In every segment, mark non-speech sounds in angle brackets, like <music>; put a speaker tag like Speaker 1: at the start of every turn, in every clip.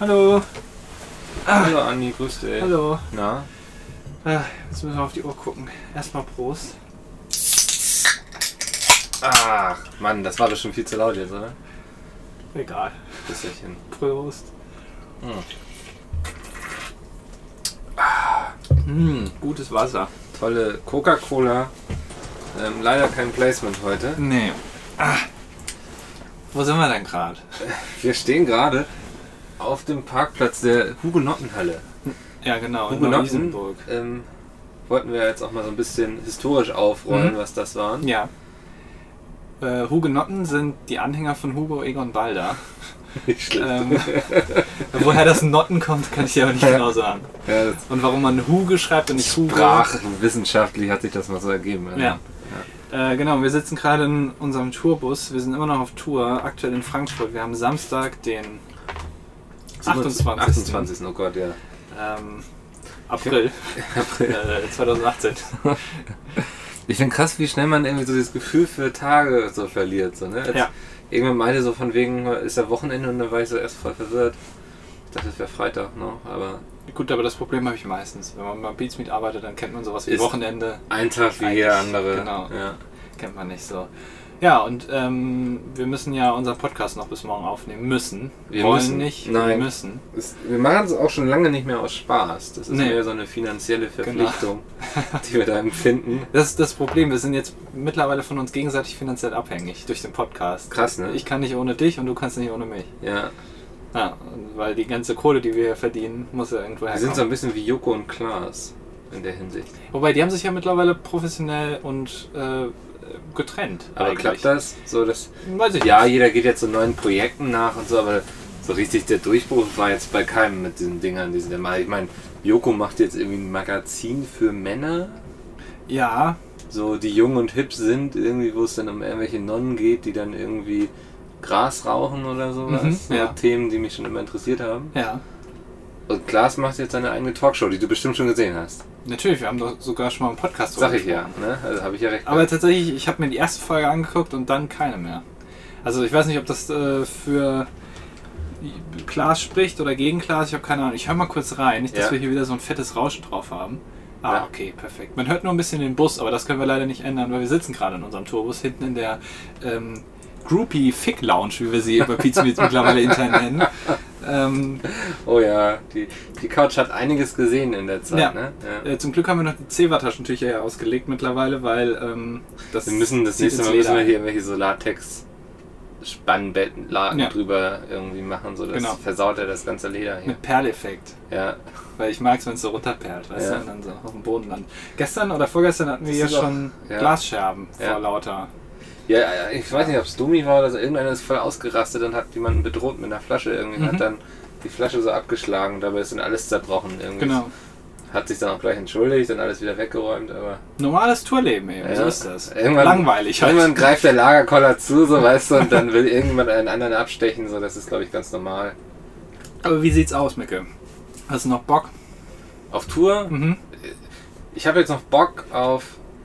Speaker 1: Hallo. Ah,
Speaker 2: Hallo Andi, grüß dich.
Speaker 1: hallo.
Speaker 2: Na?
Speaker 1: Ah, jetzt müssen wir auf die Uhr gucken. Erstmal Prost.
Speaker 2: Ach, Mann, das war doch schon viel zu laut jetzt, oder?
Speaker 1: Egal.
Speaker 2: Bisserchen.
Speaker 1: Prost.
Speaker 2: Hm,
Speaker 1: Gutes Wasser.
Speaker 2: tolle Coca-Cola. Ähm, leider kein Placement heute.
Speaker 1: Nee. Ah. Wo sind wir denn gerade?
Speaker 2: Wir stehen gerade auf dem Parkplatz der Hugenottenhalle.
Speaker 1: Ja, genau. In
Speaker 2: Hugenotten
Speaker 1: Neu-Isenburg.
Speaker 2: ähm, wollten wir jetzt auch mal so ein bisschen historisch aufrollen,
Speaker 1: Mhm.
Speaker 2: was das waren.
Speaker 1: Ja. Äh, Hugenotten sind die Anhänger von Hugo Egon Balder.
Speaker 2: Nicht schlecht. <laughs>
Speaker 1: Ähm, woher das Notten kommt, kann ich dir aber nicht genau sagen.
Speaker 2: Ja, das
Speaker 1: Und warum man Huge schreibt und nicht Hugo.
Speaker 2: sprachwissenschaftlich hat sich das mal so ergeben.
Speaker 1: Ja. Äh, genau, wir sitzen gerade in unserem Tourbus. Wir sind immer noch auf Tour, aktuell in Frankfurt. Wir haben Samstag, den 28.
Speaker 2: 28. Oh Gott, ja.
Speaker 1: Ähm, April <laughs> äh, 2018.
Speaker 2: Ich finde krass, wie schnell man irgendwie so dieses Gefühl für Tage so verliert. So, ne? Als
Speaker 1: Ja.
Speaker 2: Irgendwann meinte so von wegen, ist ja Wochenende und dann war ich so erst voll verwirrt. Ich dachte, es wäre Freitag noch, aber
Speaker 1: Gut, aber das Problem habe ich meistens. Wenn man beim Beatsmeet arbeitet, dann kennt man sowas wie
Speaker 2: Ist-
Speaker 1: Wochenende.
Speaker 2: ein Tag wie jeder
Speaker 1: Eigentlich,
Speaker 2: andere.
Speaker 1: genau.
Speaker 2: Ja.
Speaker 1: Kennt man nicht so. Ja, und ähm, wir müssen ja unseren Podcast noch bis morgen aufnehmen. Müssen.
Speaker 2: Wir
Speaker 1: Wollen
Speaker 2: müssen.
Speaker 1: nicht.
Speaker 2: Nein.
Speaker 1: Wir müssen. <laughs>
Speaker 2: Es, wir machen es auch schon lange nicht mehr aus Spaß. Das ist
Speaker 1: Nee. Genau.
Speaker 2: mehr so eine finanzielle Verpflichtung, die wir da empfinden.
Speaker 1: Das ist das Problem. Wir sind jetzt mittlerweile von uns gegenseitig finanziell abhängig durch den Podcast.
Speaker 2: Krass, ne?
Speaker 1: Ich kann nicht ohne dich und du kannst nicht ohne mich.
Speaker 2: ja.
Speaker 1: Ja, und weil die ganze Kohle, die wir hier verdienen, muss ja irgendwo
Speaker 2: Wir sind
Speaker 1: herkommen.
Speaker 2: so ein bisschen wie Joko und Klaas in der Hinsicht.
Speaker 1: Wobei, die haben sich ja mittlerweile professionell und äh, getrennt.
Speaker 2: Aber
Speaker 1: eigentlich.
Speaker 2: klappt das? So, dass
Speaker 1: Weiß ich
Speaker 2: ja,
Speaker 1: nicht.
Speaker 2: jeder geht jetzt so neuen Projekten nach und so, aber so richtig der Durchbruch war jetzt bei keinem mit diesen Dingern, die sind immer. Ich meine, Joko macht jetzt irgendwie ein Magazin für Männer,
Speaker 1: Ja,
Speaker 2: so die jung und hip sind, irgendwie, wo es dann um irgendwelche Nonnen geht, die dann irgendwie Gras rauchen oder sowas.
Speaker 1: Mhm,
Speaker 2: so
Speaker 1: ja.
Speaker 2: Themen, die mich schon immer interessiert haben.
Speaker 1: ja.
Speaker 2: Und Klaas macht jetzt seine eigene Talkshow, die du bestimmt schon gesehen hast.
Speaker 1: Natürlich, wir haben doch sogar schon mal einen Podcast
Speaker 2: Sag
Speaker 1: drüber
Speaker 2: ich ja,
Speaker 1: gesprochen.
Speaker 2: ne? Also habe ich ja recht.
Speaker 1: Aber tatsächlich, ich habe mir die erste Folge angeguckt und dann keine mehr. Also ich weiß nicht, ob das äh, für Klaas spricht oder gegen Klaas, ich habe keine Ahnung. Ich höre mal kurz rein, nicht, dass
Speaker 2: Ja.
Speaker 1: wir hier wieder so ein fettes Rauschen drauf haben. Ah,
Speaker 2: Ja.
Speaker 1: okay, perfekt. Man hört nur ein bisschen den Bus, aber das können wir leider nicht ändern, weil wir sitzen gerade in unserem Tourbus hinten in der ähm, Groupie Fick Lounge, wie wir sie über Pizza Meets mittlerweile intern nennen. Ähm,
Speaker 2: oh ja, die, die Couch hat einiges gesehen in der Zeit,
Speaker 1: Ja.
Speaker 2: ne? Ja.
Speaker 1: äh, zum Glück haben wir noch die Zewa-Taschentücher ja ausgelegt mittlerweile, weil ähm, das
Speaker 2: Wir müssen das
Speaker 1: zieht
Speaker 2: nächste
Speaker 1: ins
Speaker 2: Mal müssen
Speaker 1: Leder
Speaker 2: wir
Speaker 1: ein.
Speaker 2: hier irgendwelche Solartex-Spannbettlaken
Speaker 1: Ja.
Speaker 2: drüber irgendwie machen, so das
Speaker 1: Genau.
Speaker 2: versaut er das ganze Leder hier.
Speaker 1: mit Perleffekt.
Speaker 2: Ja.
Speaker 1: Weil ich mag es, wenn es so runterperlt, weißt
Speaker 2: Ja.
Speaker 1: du, und dann so auf dem Boden landet. Gestern oder vorgestern hatten wir
Speaker 2: Das
Speaker 1: ja
Speaker 2: ist doch-
Speaker 1: schon
Speaker 2: ja.
Speaker 1: Glasscherben
Speaker 2: Ja.
Speaker 1: vor lauter.
Speaker 2: Ja, ja, ich weiß nicht, ob es Domi war oder so. Irgendeiner ist voll ausgerastet und hat jemanden bedroht mit einer Flasche irgendwie.
Speaker 1: Mhm.
Speaker 2: Hat dann die Flasche so abgeschlagen, dabei ist dann alles zerbrochen irgendwie.
Speaker 1: Genau.
Speaker 2: Hat sich dann auch gleich entschuldigt und alles wieder weggeräumt, aber.
Speaker 1: Normales Tourleben eben,
Speaker 2: Ja.
Speaker 1: so ist das.
Speaker 2: Irgendwann-
Speaker 1: Langweilig halt.
Speaker 2: Irgendwann greift der Lagerkoller zu, so weißt du, und dann will <laughs> irgendjemand einen anderen abstechen, so das ist glaube ich ganz normal.
Speaker 1: Aber wie sieht's aus, Micke? Hast du noch Bock?
Speaker 2: Auf Tour
Speaker 1: Mhm.
Speaker 2: Ich habe jetzt noch Bock auf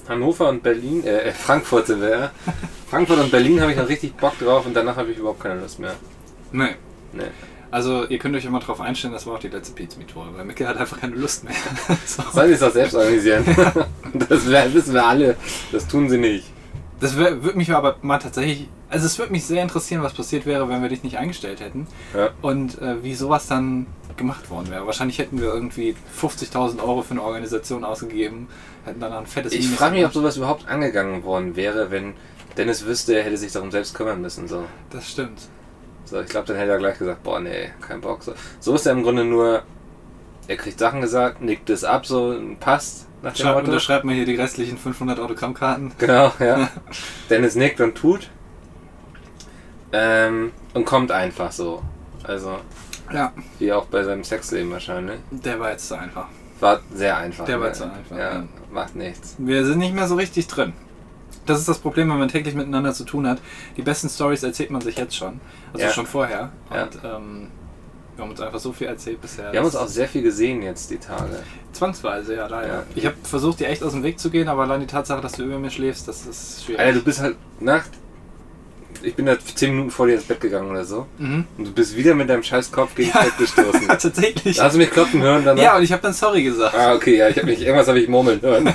Speaker 2: Hannover und Berlin, äh, äh, Frankfurt sind wir, ja. Frankfurt und Berlin habe ich noch richtig Bock drauf und danach habe ich überhaupt keine Lust mehr.
Speaker 1: Nee.
Speaker 2: Nee.
Speaker 1: Also ihr könnt euch immer drauf einstellen, das war auch die letzte Pizza Meet Tour, weil Micke hat einfach keine Lust mehr. <laughs> so.
Speaker 2: Sollen sie es doch selbst organisieren? <laughs> Das wär- wissen wir alle. Das tun sie nicht.
Speaker 1: Das würde mich aber mal tatsächlich, also es würde mich sehr interessieren, was passiert wäre, wenn wir dich nicht eingestellt hätten.
Speaker 2: Ja.
Speaker 1: und äh, wie sowas dann gemacht worden wäre. Wahrscheinlich hätten wir irgendwie 50.000 Euro für eine Organisation ausgegeben, hätten dann ein fettes
Speaker 2: Ich
Speaker 1: Minus
Speaker 2: frage mich,
Speaker 1: gemacht.
Speaker 2: ob sowas überhaupt angegangen worden wäre, wenn Dennis wüsste, er hätte sich darum selbst kümmern müssen. So,
Speaker 1: Das stimmt.
Speaker 2: so ich glaube, dann hätte er gleich gesagt, boah, nee, kein Bock. So, so ist er im Grunde nur, er kriegt Sachen gesagt, nickt es ab, so passt nach dem
Speaker 1: Schreibt,
Speaker 2: Motto.
Speaker 1: unterschreibt mir hier die restlichen 500 Autogrammkarten.
Speaker 2: Genau, ja. <laughs> Dennis nickt und tut. Ähm, und kommt einfach so. Also,
Speaker 1: Ja,
Speaker 2: wie auch bei seinem Sexleben wahrscheinlich.
Speaker 1: der war jetzt zu einfach.
Speaker 2: War sehr einfach.
Speaker 1: Der war
Speaker 2: ne?
Speaker 1: zu einfach,
Speaker 2: Ja,
Speaker 1: ja.
Speaker 2: macht nichts.
Speaker 1: Wir sind nicht mehr so richtig drin. Das ist das Problem, wenn man täglich miteinander zu tun hat. Die besten Stories erzählt man sich jetzt schon. Also
Speaker 2: Ja.
Speaker 1: schon vorher.
Speaker 2: Ja.
Speaker 1: Und ähm, wir haben uns einfach so viel erzählt bisher.
Speaker 2: Wir haben uns
Speaker 1: Das-
Speaker 2: auch sehr viel gesehen jetzt die Tage.
Speaker 1: Zwangsweise, ja, leider.
Speaker 2: Ja.
Speaker 1: Ich habe versucht, dir echt aus dem Weg zu gehen, aber allein die Tatsache, dass du über mir schläfst, das ist schwierig.
Speaker 2: Alter, du bist halt Nacht. ich bin da zehn Minuten vor dir ins Bett gegangen oder so.
Speaker 1: Mhm.
Speaker 2: Und du bist wieder mit deinem scheiß Kopf gegen das Bett gestoßen.
Speaker 1: <laughs> Ja, tatsächlich.
Speaker 2: Da hast du mich klopfen hören dann.
Speaker 1: Ja, und ich habe dann sorry gesagt.
Speaker 2: Ah, okay, ja, ich hab mich, irgendwas habe ich
Speaker 1: <laughs>
Speaker 2: murmeln hören.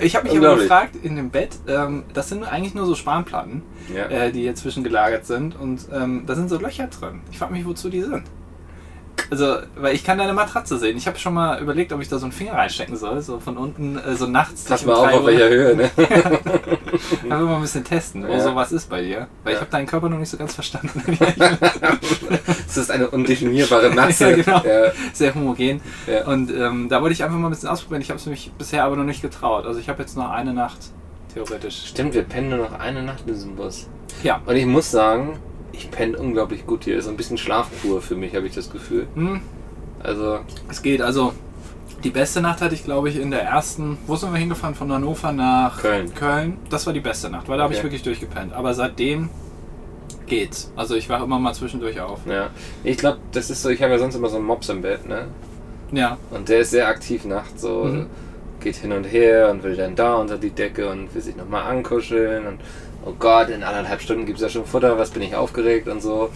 Speaker 1: Ich habe mich aber
Speaker 2: Unglaublich.
Speaker 1: gefragt in dem Bett, ähm, das sind eigentlich nur so Spanplatten,
Speaker 2: Ja.
Speaker 1: äh, die hier zwischengelagert sind und ähm, da sind so Löcher drin. Ich frage mich, wozu die sind. Also, weil ich kann deine Matratze sehen. Ich habe schon mal überlegt, ob ich da so einen Finger reinstecken soll, so von unten, äh, so nachts.
Speaker 2: Pass
Speaker 1: dich
Speaker 2: mal
Speaker 1: um
Speaker 2: auf,
Speaker 1: drei
Speaker 2: auf
Speaker 1: Uhr.
Speaker 2: welcher Höhe, ne? <laughs>
Speaker 1: Einfach mal ein bisschen testen, wo
Speaker 2: Ja.
Speaker 1: sowas ist bei dir. Weil ich
Speaker 2: Ja.
Speaker 1: habe deinen Körper noch nicht so ganz verstanden. <laughs>
Speaker 2: Es ist eine undefinierbare Masse.
Speaker 1: Ja, genau.
Speaker 2: Ja,
Speaker 1: Sehr homogen.
Speaker 2: ja.
Speaker 1: Und ähm, da wollte ich einfach mal ein bisschen ausprobieren. Ich habe es mich bisher aber noch nicht getraut. Also ich habe jetzt noch eine Nacht, theoretisch.
Speaker 2: Stimmt, wir pennen nur noch eine Nacht in diesem Bus.
Speaker 1: Ja.
Speaker 2: Und ich muss sagen, ich penne unglaublich gut hier. Ist so ein bisschen Schlafpur für mich, habe ich das Gefühl.
Speaker 1: Hm,
Speaker 2: Also,
Speaker 1: es geht. Also die beste Nacht hatte ich, glaube ich, in der ersten. Wo sind wir hingefahren? Von Hannover nach
Speaker 2: Köln.
Speaker 1: Köln. Das war die beste Nacht, weil da habe ich
Speaker 2: Okay.
Speaker 1: wirklich durchgepennt. Aber seitdem geht's. Also ich wache immer mal zwischendurch auf.
Speaker 2: ja. Ich glaube, das ist so, ich habe ja sonst immer so einen Mops im Bett, ne?
Speaker 1: Ja.
Speaker 2: Und der ist sehr aktiv nachts, so
Speaker 1: Mhm.
Speaker 2: geht hin und her und will dann da unter die Decke und will sich nochmal ankuscheln und oh Gott, in anderthalb Stunden gibt es ja schon Futter, was bin ich aufgeregt und so.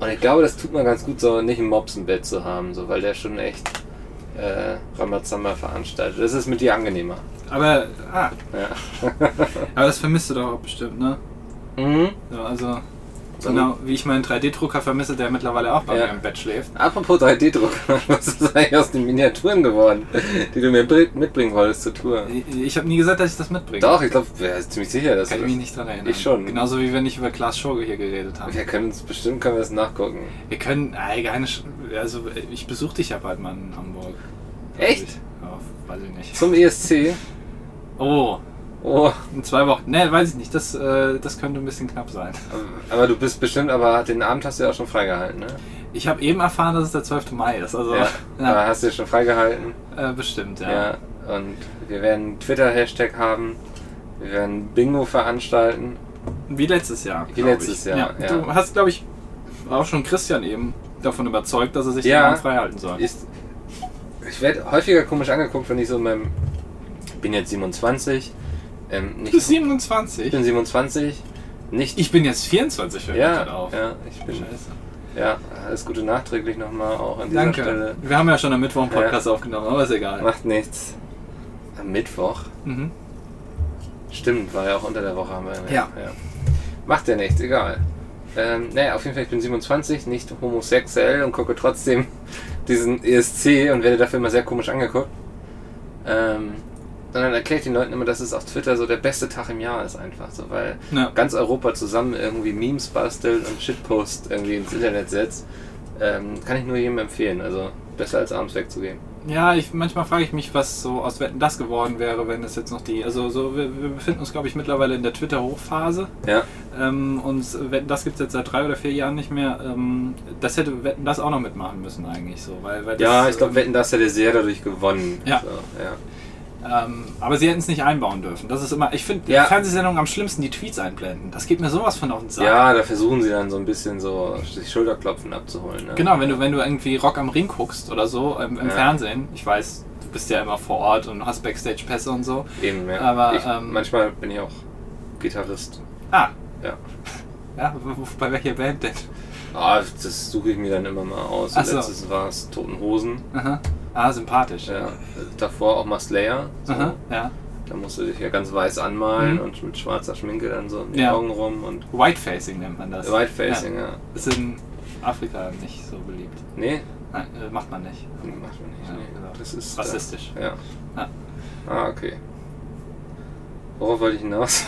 Speaker 2: Und ich glaube, das tut man ganz gut, so nicht einen Mops im Bett zu haben, so, weil der schon echt äh, Ramazamba veranstaltet. Das ist mit dir angenehmer.
Speaker 1: Aber, ah,
Speaker 2: Ja. <laughs>
Speaker 1: aber das vermisst du doch auch bestimmt, ne?
Speaker 2: Mhm.
Speaker 1: Ja, also genau wie ich meinen 3D-Drucker vermisse, der mittlerweile auch bei
Speaker 2: Ja.
Speaker 1: mir im Bett schläft.
Speaker 2: Apropos 3D-Drucker, <laughs> was ist eigentlich aus den Miniaturen geworden, die du mir bri- mitbringen wolltest zur Tour?
Speaker 1: Ich, ich habe nie gesagt, dass ich das mitbringe.
Speaker 2: Doch, ich glaube, wäre ist ziemlich sicher, dass
Speaker 1: Kann
Speaker 2: du
Speaker 1: ich mich
Speaker 2: das.
Speaker 1: nicht dran erinnern.
Speaker 2: Ich schon.
Speaker 1: Genauso wie wir nicht über Klaas Schurge hier geredet haben.
Speaker 2: Wir können es bestimmt, können wir es nachgucken.
Speaker 1: Wir können, äh, keine, Sch- also äh, ich besuche dich ja bald mal in Hamburg.
Speaker 2: Echt?
Speaker 1: Also ich- ja, weiß ich nicht.
Speaker 2: Zum ESC.
Speaker 1: Oh,
Speaker 2: Oh,
Speaker 1: in zwei Wochen. Ne, weiß ich nicht. Das, äh, das könnte ein bisschen knapp sein.
Speaker 2: aber du bist bestimmt, aber den Abend hast du ja auch schon freigehalten, ne?
Speaker 1: Ich habe eben erfahren, dass es der 12. Mai ist. Also
Speaker 2: ja.
Speaker 1: ja,
Speaker 2: Aber hast du ja schon freigehalten.
Speaker 1: äh, bestimmt, ja.
Speaker 2: Ja. Und wir werden einen Twitter-Hashtag haben. Wir werden Bingo veranstalten.
Speaker 1: Wie letztes Jahr.
Speaker 2: Wie
Speaker 1: glaub
Speaker 2: letztes
Speaker 1: ich.
Speaker 2: Jahr, ja.
Speaker 1: Du hast, glaube ich, auch schon Christian eben davon überzeugt, dass er sich
Speaker 2: Ja.
Speaker 1: den Mann frei halten soll.
Speaker 2: Ich, ich werde häufiger komisch angeguckt, wenn ich so in meinem. Ich bin jetzt 27. Ähm,
Speaker 1: Du
Speaker 2: nicht,
Speaker 1: bist
Speaker 2: ich
Speaker 1: 27.
Speaker 2: bin 27. Nicht.
Speaker 1: Ich bin jetzt 24, fällt mir
Speaker 2: ja,
Speaker 1: gerade auf.
Speaker 2: ja, ich bin.
Speaker 1: Scheiße.
Speaker 2: Ja, alles Gute nachträglich nochmal auch an dieser
Speaker 1: Danke.
Speaker 2: Stelle.
Speaker 1: Wir haben ja schon am Mittwoch einen Podcast aufgenommen, aber ist egal.
Speaker 2: Macht nichts. Am Mittwoch.
Speaker 1: Mhm.
Speaker 2: Stimmt, war ja auch unter der Woche. Haben wir, ne?
Speaker 1: Ja.
Speaker 2: Macht ja nichts, egal. Ähm, naja, auf jeden Fall, ich bin 27, nicht homosexuell und gucke trotzdem <laughs> diesen ESC und werde dafür immer sehr komisch angeguckt. Ähm, und dann erkläre ich den Leuten immer, dass es auf Twitter so der beste Tag im Jahr ist einfach so, weil
Speaker 1: Ja.
Speaker 2: ganz Europa zusammen irgendwie Memes bastelt und Shitpost irgendwie ins Internet setzt. Ähm, kann ich nur jedem empfehlen, also besser als abends wegzugehen.
Speaker 1: Ja, ich, manchmal frage ich mich, was so aus Wetten das geworden wäre, wenn das jetzt noch die. Also, so, wir, wir befinden uns, glaube ich, mittlerweile in der Twitter-Hochphase.
Speaker 2: Ja,
Speaker 1: Ähm, und Wetten das gibt es jetzt seit drei oder vier Jahren nicht mehr. Ähm, das hätte Wetten das auch noch mitmachen müssen, eigentlich so. Weil, weil das,
Speaker 2: ja ich glaube,
Speaker 1: ähm,
Speaker 2: Wetten, das hätte sehr dadurch gewonnen.
Speaker 1: Ja.
Speaker 2: So, ja.
Speaker 1: Ähm, aber sie hätten es nicht einbauen dürfen. Das ist immer. Ich finde
Speaker 2: Ja.
Speaker 1: die Fernsehsendungen am schlimmsten, die Tweets einblenden. Das geht mir sowas von auf den Sack.
Speaker 2: Ja, da versuchen sie dann so ein bisschen so sich Schulterklopfen abzuholen. Ne?
Speaker 1: Genau, wenn du, wenn du irgendwie Rock am Ring guckst oder so im, im
Speaker 2: Ja.
Speaker 1: Fernsehen. Ich weiß, du bist ja immer vor Ort und hast Backstage-Pässe und so.
Speaker 2: Eben, ja.
Speaker 1: Aber,
Speaker 2: ich,
Speaker 1: ähm,
Speaker 2: manchmal bin ich auch Gitarrist.
Speaker 1: Ah,
Speaker 2: Ja.
Speaker 1: ja, wo- wo- bei welcher Band denn?
Speaker 2: Ah, das suche ich mir dann immer mal aus.
Speaker 1: Ach so.
Speaker 2: Letztes war es Toten Hosen.
Speaker 1: Aha. Ah, sympathisch.
Speaker 2: Ja. Davor auch mal Slayer. So.
Speaker 1: Aha, ja.
Speaker 2: Da musst du dich ja ganz weiß anmalen
Speaker 1: Mhm.
Speaker 2: und mit schwarzer Schminke dann so in die
Speaker 1: Ja.
Speaker 2: Augen rum und
Speaker 1: Whitefacing nennt man das.
Speaker 2: Whitefacing,
Speaker 1: Ja.
Speaker 2: ja.
Speaker 1: Ist in Afrika nicht so beliebt.
Speaker 2: Nee,
Speaker 1: Nein, äh, macht man
Speaker 2: <laughs>
Speaker 1: nicht.
Speaker 2: macht man nicht.
Speaker 1: Ja,
Speaker 2: nee.
Speaker 1: genau.
Speaker 2: Das ist.
Speaker 1: Rassistisch.
Speaker 2: Äh, ja.
Speaker 1: Ja.
Speaker 2: Ah, okay. Worauf wollte
Speaker 1: <laughs>
Speaker 2: ich hinaus?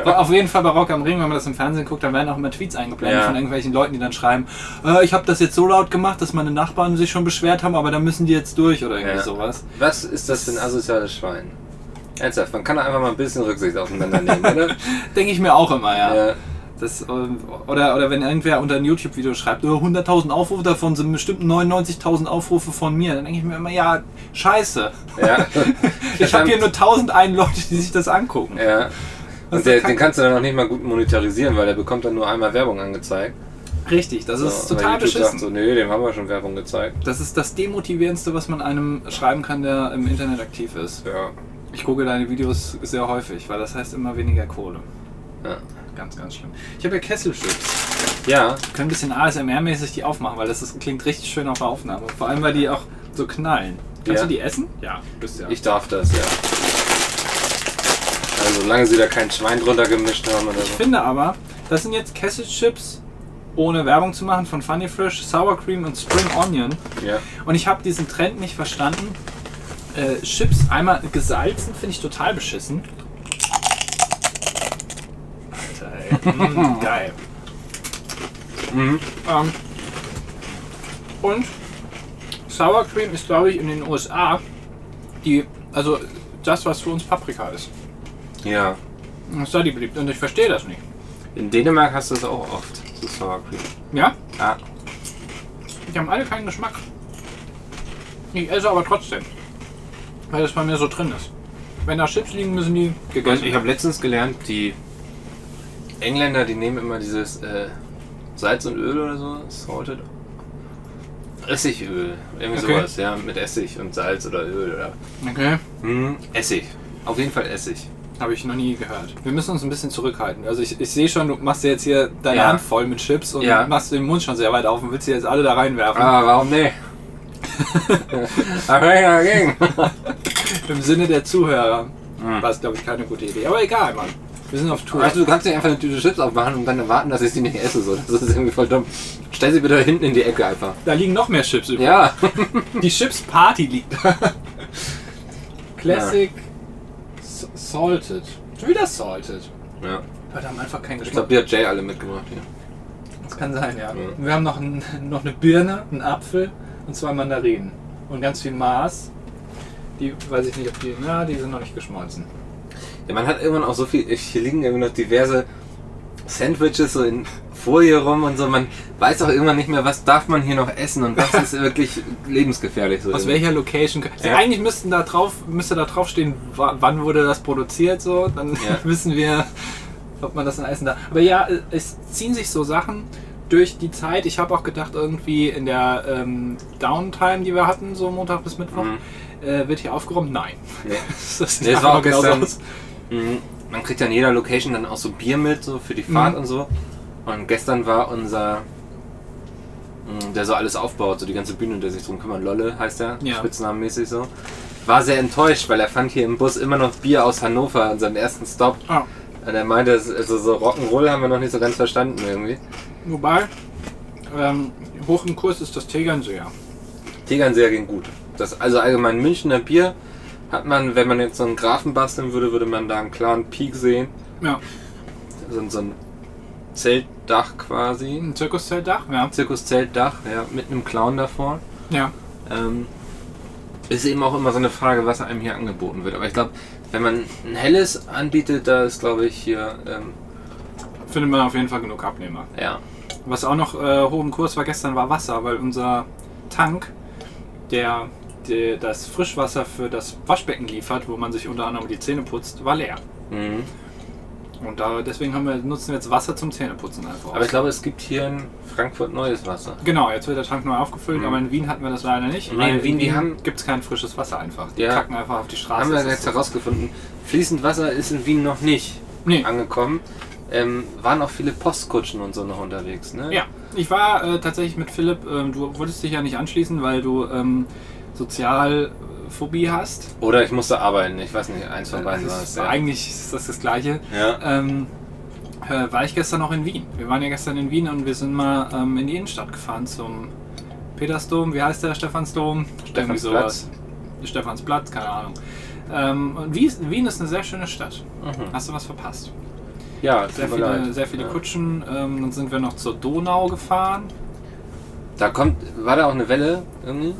Speaker 1: Aber Auf jeden Fall bei Rock am Ring, wenn man das im Fernsehen guckt, dann werden auch immer Tweets eingeblendet
Speaker 2: Ja.
Speaker 1: von irgendwelchen Leuten, die dann schreiben, äh, ich habe das jetzt so laut gemacht, dass meine Nachbarn sich schon beschwert haben, aber da müssen die jetzt durch oder irgendwie
Speaker 2: Ja.
Speaker 1: sowas.
Speaker 2: Was ist das für ein asoziales Schwein? Ernsthaft, man kann da einfach mal ein bisschen Rücksicht aufeinander nehmen, oder?
Speaker 1: Denke ich mir auch immer, ja.
Speaker 2: Ja,
Speaker 1: Das, ähm, oder, oder wenn irgendwer unter ein YouTube-Video schreibt, oh, 100.000 Aufrufe, davon sind bestimmt 99.000 Aufrufe von mir, dann denke ich mir immer, ja, scheiße.
Speaker 2: <laughs> ja.
Speaker 1: <laughs> Ich habe hier nur 1001 Leute, die sich das angucken.
Speaker 2: Ja.
Speaker 1: Was
Speaker 2: Und
Speaker 1: für
Speaker 2: der, den
Speaker 1: Kacke.
Speaker 2: kannst du dann auch nicht mal gut monetarisieren, weil der bekommt dann nur einmal Werbung angezeigt.
Speaker 1: Richtig, das ist
Speaker 2: So, weil
Speaker 1: total
Speaker 2: YouTube
Speaker 1: beschissen.
Speaker 2: Sagt so, nö, dem haben wir schon Werbung gezeigt.
Speaker 1: Das ist das Demotivierendste, was man einem schreiben kann, der im Internet aktiv ist.
Speaker 2: Ja.
Speaker 1: Ich gucke deine Videos sehr häufig, weil das heißt immer weniger Kohle.
Speaker 2: Ja,
Speaker 1: Ganz, ganz schlimm. Ich habe ja Kesselchips.
Speaker 2: ja
Speaker 1: Wir können ein bisschen ASMR-mäßig die aufmachen, weil das ist, klingt richtig schön auf der Aufnahme. Vor allem, weil die auch so knallen. Kannst
Speaker 2: Ja.
Speaker 1: du die essen? Ja, du bist ja.
Speaker 2: ich darf das, ja. Also solange sie da kein Schwein drunter gemischt haben oder
Speaker 1: Ich
Speaker 2: so.
Speaker 1: finde aber, das sind jetzt Kesselchips, ohne Werbung zu machen, von Funny Fresh, Sour Cream und Spring Onion.
Speaker 2: Ja.
Speaker 1: Und ich habe diesen Trend nicht verstanden. Äh, Chips einmal gesalzen finde ich total beschissen. Alter, ey. Mm, geil.
Speaker 2: Mhm.
Speaker 1: Ähm, und Sour Cream ist, glaube ich, in den USA die, also das, was für uns Paprika ist.
Speaker 2: Ja.
Speaker 1: Das ist da die beliebt. Und ich verstehe das nicht.
Speaker 2: In Dänemark hast du das auch oft, so Sour Cream.
Speaker 1: Ja?
Speaker 2: Ah,
Speaker 1: Die haben alle keinen Geschmack. Ich esse aber trotzdem. Weil das bei mir so drin ist. Wenn da Chips liegen, müssen die gegessen
Speaker 2: ich habe letztens gelernt, die Engländer, die nehmen immer dieses äh, Salz und Öl oder so, salted. Essigöl, irgendwie
Speaker 1: Okay.
Speaker 2: sowas, ja, mit Essig und Salz oder Öl oder.
Speaker 1: werden. Okay.
Speaker 2: Hm, Essig. Auf jeden Fall Essig.
Speaker 1: Habe ich noch nie gehört. Wir müssen uns ein bisschen zurückhalten. Also ich, ich sehe schon, du machst dir jetzt hier deine
Speaker 2: Ja.
Speaker 1: Hand voll mit Chips und
Speaker 2: Ja.
Speaker 1: machst den Mund schon sehr weit auf und willst sie jetzt alle da reinwerfen.
Speaker 2: Ah, warum nicht? <laughs> okay, dagegen.
Speaker 1: Im Sinne der Zuhörer
Speaker 2: Hm.
Speaker 1: war es, glaube ich, keine gute Idee. Aber egal, Mann. Wir sind auf Tour. Also,
Speaker 2: Weißt du, du kannst nicht einfach eine Tüte Chips aufmachen und dann erwarten, dass ich sie nicht esse. So. Das ist irgendwie voll dumm. Stell sie bitte hinten in die Ecke einfach.
Speaker 1: da liegen noch mehr Chips übrig.
Speaker 2: Ja.
Speaker 1: Die Chips-Party liegt da. Classic S- Salted. Schon wieder Salted.
Speaker 2: <laughs> ja.
Speaker 1: Leute haben einfach keinen
Speaker 2: Ich
Speaker 1: Geschmack.
Speaker 2: glaube, die hat Jay alle mitgebracht hier.
Speaker 1: Das kann sein, ja.
Speaker 2: Ja.
Speaker 1: Wir haben noch, ein, <laughs> noch eine Birne, einen Apfel und zwei Mandarinen. Und ganz viel Maß. Die weiß ich nicht, ob die. Na, die sind noch nicht geschmolzen.
Speaker 2: Ja, man hat irgendwann auch so viel. Hier liegen irgendwie noch diverse Sandwiches so in Folie rum und so. Man weiß auch irgendwann nicht mehr, was darf man hier noch essen und was ist wirklich lebensgefährlich. So
Speaker 1: Aus welcher Location? Also
Speaker 2: Ja.
Speaker 1: Eigentlich müssten da drauf, müsste da drauf stehen, wa- wann wurde das produziert, so. Dann
Speaker 2: Ja.
Speaker 1: <laughs> wissen wir, ob man das dann essen darf. Aber ja, es ziehen sich so Sachen durch die Zeit. Ich habe auch gedacht, irgendwie in der ähm, Downtime, die wir hatten, so Montag bis Mittwoch,
Speaker 2: Mhm.
Speaker 1: äh, wird hier aufgeräumt. Nein. <laughs>
Speaker 2: Nee.
Speaker 1: Das sieht
Speaker 2: Nee, es war
Speaker 1: einfach genau
Speaker 2: auch
Speaker 1: genauso
Speaker 2: gestern-
Speaker 1: aus.
Speaker 2: Mhm. Man kriegt ja in jeder Location dann auch so Bier mit, so für die Fahrt
Speaker 1: Mhm.
Speaker 2: und so. Und gestern war unser, mh, der so alles aufbaut, so die ganze Bühne, der sich drum kümmert, Lolle heißt er,
Speaker 1: Ja.
Speaker 2: spitznamenmäßig so, war sehr enttäuscht, weil er fand hier im Bus immer noch Bier aus Hannover an seinem ersten Stop.
Speaker 1: Ah.
Speaker 2: Und er meinte, es- also so Rock'n'Roll haben wir noch nicht so ganz verstanden irgendwie.
Speaker 1: Wobei, ähm, hoch im Kurs ist das Tegernseer.
Speaker 2: Tegernseer ging gut. Das, also allgemein Münchner Bier hat man, wenn man jetzt so einen Grafen basteln würde, würde man da einen klaren Peak sehen.
Speaker 1: Ja,
Speaker 2: So, ein- so ein Zeltdach quasi.
Speaker 1: ein Zirkuszeltdach, ja.
Speaker 2: Zirkuszeltdach, ja, mit einem Clown davor.
Speaker 1: Ja,
Speaker 2: Ähm, ist eben auch immer so eine Frage, was einem hier angeboten wird. Aber ich glaube, wenn man ein helles anbietet, da ist, glaube ich, hier, ähm,
Speaker 1: findet man auf jeden Fall genug Abnehmer.
Speaker 2: ja.
Speaker 1: Was auch noch äh, hoch im Kurs war gestern, war Wasser, weil unser Tank, der, der das Frischwasser für das Waschbecken liefert, wo man sich unter anderem die Zähne putzt, war leer.
Speaker 2: Mhm.
Speaker 1: Und da, deswegen haben wir, nutzen wir jetzt Wasser zum Zähneputzen einfach. aus.
Speaker 2: Aber ich glaube, es gibt hier in Frankfurt neues Wasser.
Speaker 1: genau, jetzt wird der Tank neu aufgefüllt,
Speaker 2: Mhm.
Speaker 1: aber in Wien hatten wir das leider nicht.
Speaker 2: Nee,
Speaker 1: weil
Speaker 2: in Wien, die haben-
Speaker 1: gibt es kein frisches Wasser einfach. Die
Speaker 2: Ja.
Speaker 1: kacken einfach auf die Straße.
Speaker 2: Haben wir
Speaker 1: Das ist
Speaker 2: jetzt
Speaker 1: so-
Speaker 2: herausgefunden. Fließend Wasser ist in Wien noch nicht
Speaker 1: Nee,
Speaker 2: angekommen. Ähm, waren auch viele Postkutschen und so noch unterwegs, ne?
Speaker 1: Ja, ich war äh, tatsächlich mit Philipp, ähm, du wolltest dich ja nicht anschließen, weil du ähm, Sozialphobie hast.
Speaker 2: Oder ich musste arbeiten, ich weiß nicht, eins von beiden war
Speaker 1: das
Speaker 2: es.
Speaker 1: ist,
Speaker 2: Ja.
Speaker 1: Eigentlich ist das das Gleiche.
Speaker 2: Ja.
Speaker 1: Ähm, äh, war ich gestern noch in Wien. Wir waren ja gestern in Wien und wir sind mal ähm, in die Innenstadt gefahren zum Petersdom, wie heißt der, Stephansdom? Irgendwie sowas. Stephansplatz, keine Ahnung. Ähm, und Wien ist, Wien ist eine sehr schöne Stadt.
Speaker 2: Mhm.
Speaker 1: Hast du was verpasst?
Speaker 2: Ja,
Speaker 1: Sehr
Speaker 2: tut mir
Speaker 1: viele,
Speaker 2: leid.
Speaker 1: sehr viele
Speaker 2: ja.
Speaker 1: Kutschen. Ähm, dann sind wir noch zur Donau gefahren.
Speaker 2: Da kommt, war da auch eine Welle irgendwie?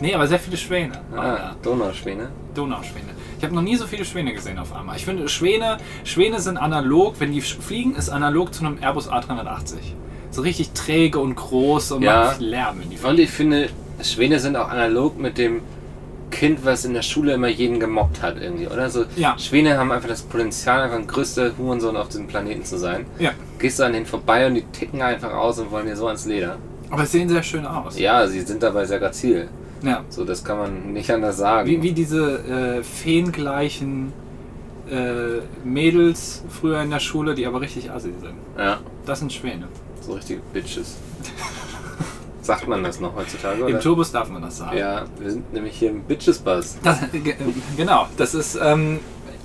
Speaker 1: Nee, aber sehr viele Schwäne. waren da.
Speaker 2: Ah, Donauschwäne.
Speaker 1: Donauschwäne. Ich habe noch nie so viele Schwäne gesehen auf einmal. Ich finde, Schwäne, Schwäne sind analog, wenn die sch- fliegen, ist analog zu einem Airbus A380. So richtig träge und groß und
Speaker 2: Ja.
Speaker 1: macht viel Lärm, wenn die fliegen.
Speaker 2: Und ich finde, Schwäne sind auch analog mit dem Kind, was in der Schule immer jeden gemobbt hat irgendwie, oder? So
Speaker 1: Ja.
Speaker 2: Schwäne haben einfach das Potenzial, einfach ein größter Hurensohn auf diesem Planeten zu sein.
Speaker 1: Ja,
Speaker 2: Gehst du an denen vorbei und die ticken einfach aus und wollen dir so ans Leder.
Speaker 1: aber sie sehen sehr schön aus.
Speaker 2: Ja, sie sind dabei sehr grazil.
Speaker 1: Ja.
Speaker 2: So, das kann man nicht anders sagen.
Speaker 1: Wie, wie diese äh, feengleichen äh, Mädels früher in der Schule, die aber richtig assi sind.
Speaker 2: Ja,
Speaker 1: Das sind Schwäne.
Speaker 2: so richtige <laughs> Bitches. Sagt man das noch heutzutage, oder?
Speaker 1: Im Turbus darf man das sagen.
Speaker 2: Ja, wir sind nämlich hier im Bitches-Bus.
Speaker 1: Das, ge- genau, das ist ähm,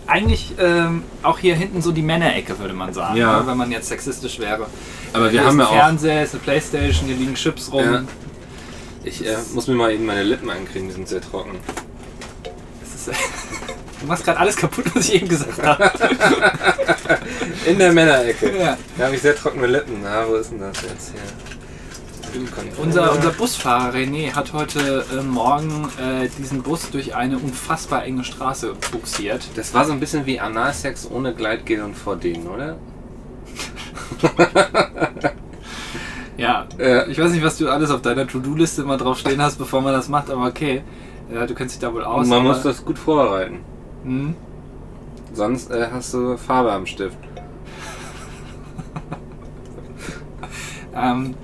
Speaker 1: eigentlich ähm, auch hier hinten so die Männerecke, würde man sagen,
Speaker 2: Ja.
Speaker 1: ne, wenn man jetzt sexistisch wäre.
Speaker 2: Aber
Speaker 1: Hier
Speaker 2: wir
Speaker 1: ist
Speaker 2: haben
Speaker 1: ein
Speaker 2: ja auch...
Speaker 1: Fernseher, ist eine Playstation, hier liegen Chips rum.
Speaker 2: Ja. Ich äh, muss mir mal eben meine Lippen einkriegen, die sind sehr trocken.
Speaker 1: Das ist, du machst gerade alles kaputt, <laughs> was ich eben gesagt <laughs> habe.
Speaker 2: In der Männerecke.
Speaker 1: Ja.
Speaker 2: Da habe ich sehr trockene Lippen. Na, wo ist denn das jetzt hier?
Speaker 1: Unser, unser Busfahrer René hat heute äh, Morgen äh, diesen Bus durch eine unfassbar enge Straße buxiert.
Speaker 2: Das war so ein bisschen wie Analsex ohne Gleitgel und Vordehnen, <laughs> oder?
Speaker 1: Ja.
Speaker 2: Ja.
Speaker 1: Äh, Ich weiß nicht, was du alles auf deiner To-Do-Liste mal draufstehen hast, bevor man das macht, aber okay. Ja, du kennst dich da wohl aus.
Speaker 2: Und man
Speaker 1: aber,
Speaker 2: muss das gut vorbereiten.
Speaker 1: Hm?
Speaker 2: Sonst äh, hast du Farbe am Stift.
Speaker 1: Ähm,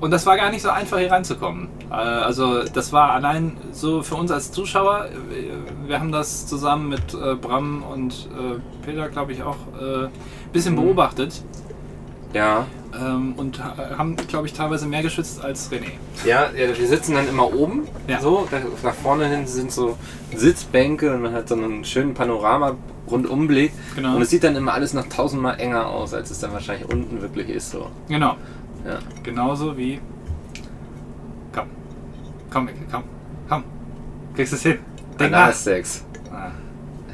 Speaker 1: und das war gar nicht so einfach, hier reinzukommen. Äh, also das war allein so für uns als Zuschauer. äh, Wir haben das zusammen mit äh, Bram und äh, Peter, glaube ich, auch ein äh, bisschen
Speaker 2: Mhm.
Speaker 1: beobachtet.
Speaker 2: Ja.
Speaker 1: Ähm, und ha- haben, glaube ich, teilweise mehr geschützt als René.
Speaker 2: Ja, ja, wir sitzen dann immer oben.
Speaker 1: Ja.
Speaker 2: So, da- nach vorne hin sind so Sitzbänke und man hat so einen schönen Panorama-Rundumblick.
Speaker 1: Genau.
Speaker 2: Und es sieht dann immer alles noch tausendmal enger aus, als es dann wahrscheinlich unten wirklich ist. So.
Speaker 1: Genau.
Speaker 2: Ja.
Speaker 1: Genauso wie. Komm. Komm, Mikkel, komm. Komm. Kriegst du es hin? Denk nach.
Speaker 2: Analsex.
Speaker 1: Ah,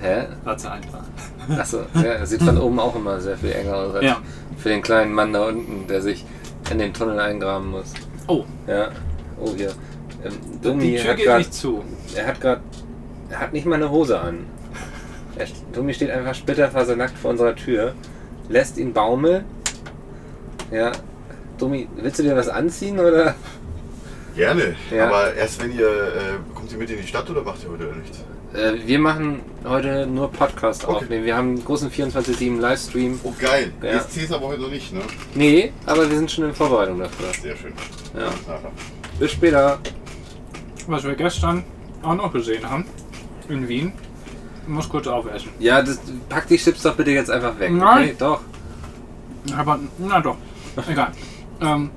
Speaker 2: Hä?
Speaker 1: war zu einfach.
Speaker 2: Achso, ja, sieht von oben auch immer sehr viel enger aus als
Speaker 1: Ja.
Speaker 2: für den kleinen Mann da unten, der sich in den Tunnel eingraben muss.
Speaker 1: Oh,
Speaker 2: Ja. Oh, hier. Ähm, Domi
Speaker 1: die Tür
Speaker 2: hat
Speaker 1: geht
Speaker 2: grad,
Speaker 1: nicht zu.
Speaker 2: Er hat gerade. Er hat nicht mal eine Hose an. Er, Domi steht einfach splitterfasernackt vor unserer Tür, lässt ihn baumeln. Ja. Domi, willst du dir was anziehen oder?
Speaker 3: Gerne,
Speaker 2: Ja.
Speaker 3: aber erst wenn ihr, äh, kommt ihr mit in die Stadt oder macht ihr heute nichts?
Speaker 2: Äh, wir machen heute nur Podcast
Speaker 3: Okay.
Speaker 2: aufnehmen. Wir haben einen großen 24-7 Livestream.
Speaker 3: Oh geil,
Speaker 2: Ja.
Speaker 3: jetzt zählst aber heute noch nicht, ne?
Speaker 2: Nee, aber wir sind schon in Vorbereitung dafür.
Speaker 3: Sehr schön.
Speaker 2: Ja.
Speaker 3: Nachher.
Speaker 2: Bis später.
Speaker 1: Was wir gestern auch noch gesehen haben, in Wien, ich muss kurz aufessen.
Speaker 2: Ja, das, pack die Chips doch bitte jetzt einfach weg.
Speaker 1: Nein.
Speaker 2: Okay, doch.
Speaker 1: Aber na doch, egal. ähm,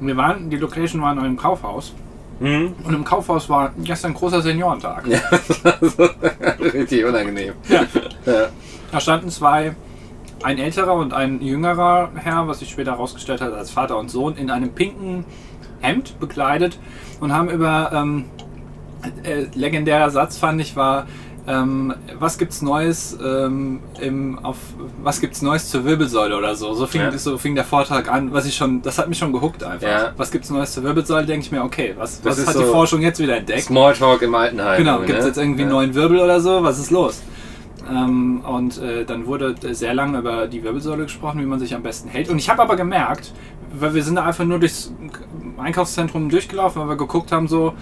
Speaker 1: wir waren, die Location war in einem Kaufhaus
Speaker 2: Hm?
Speaker 1: und im Kaufhaus war gestern großer Seniorentag.
Speaker 2: Ja, das war so <laughs> richtig unangenehm.
Speaker 1: Ja.
Speaker 2: Ja.
Speaker 1: Da standen zwei, ein älterer und ein jüngerer Herr, was sich später herausgestellt hat als Vater und Sohn, in einem pinken Hemd bekleidet und haben über ähm, äh, legendärer Satz fand ich war ähm, was gibt's Neues ähm, im, auf was gibt's Neues zur Wirbelsäule oder so so fing
Speaker 2: Ja.
Speaker 1: so fing der Vortrag an was ich schon das hat mich schon gehuckt einfach
Speaker 2: Ja.
Speaker 1: was gibt's Neues zur Wirbelsäule denke ich mir okay was,
Speaker 2: Das
Speaker 1: was
Speaker 2: ist
Speaker 1: hat
Speaker 2: so-
Speaker 1: die Forschung jetzt wieder entdeckt
Speaker 2: Smalltalk im Altenheim. ne?
Speaker 1: Genau, gibt es jetzt irgendwie einen
Speaker 2: ja.
Speaker 1: neuen Wirbel oder so? Was ist los? Ähm, und äh, dann wurde sehr lange über die Wirbelsäule gesprochen, wie man sich am besten hält. Und ich habe aber gemerkt, weil wir sind da einfach nur durchs Einkaufszentrum durchgelaufen, weil wir geguckt haben, so,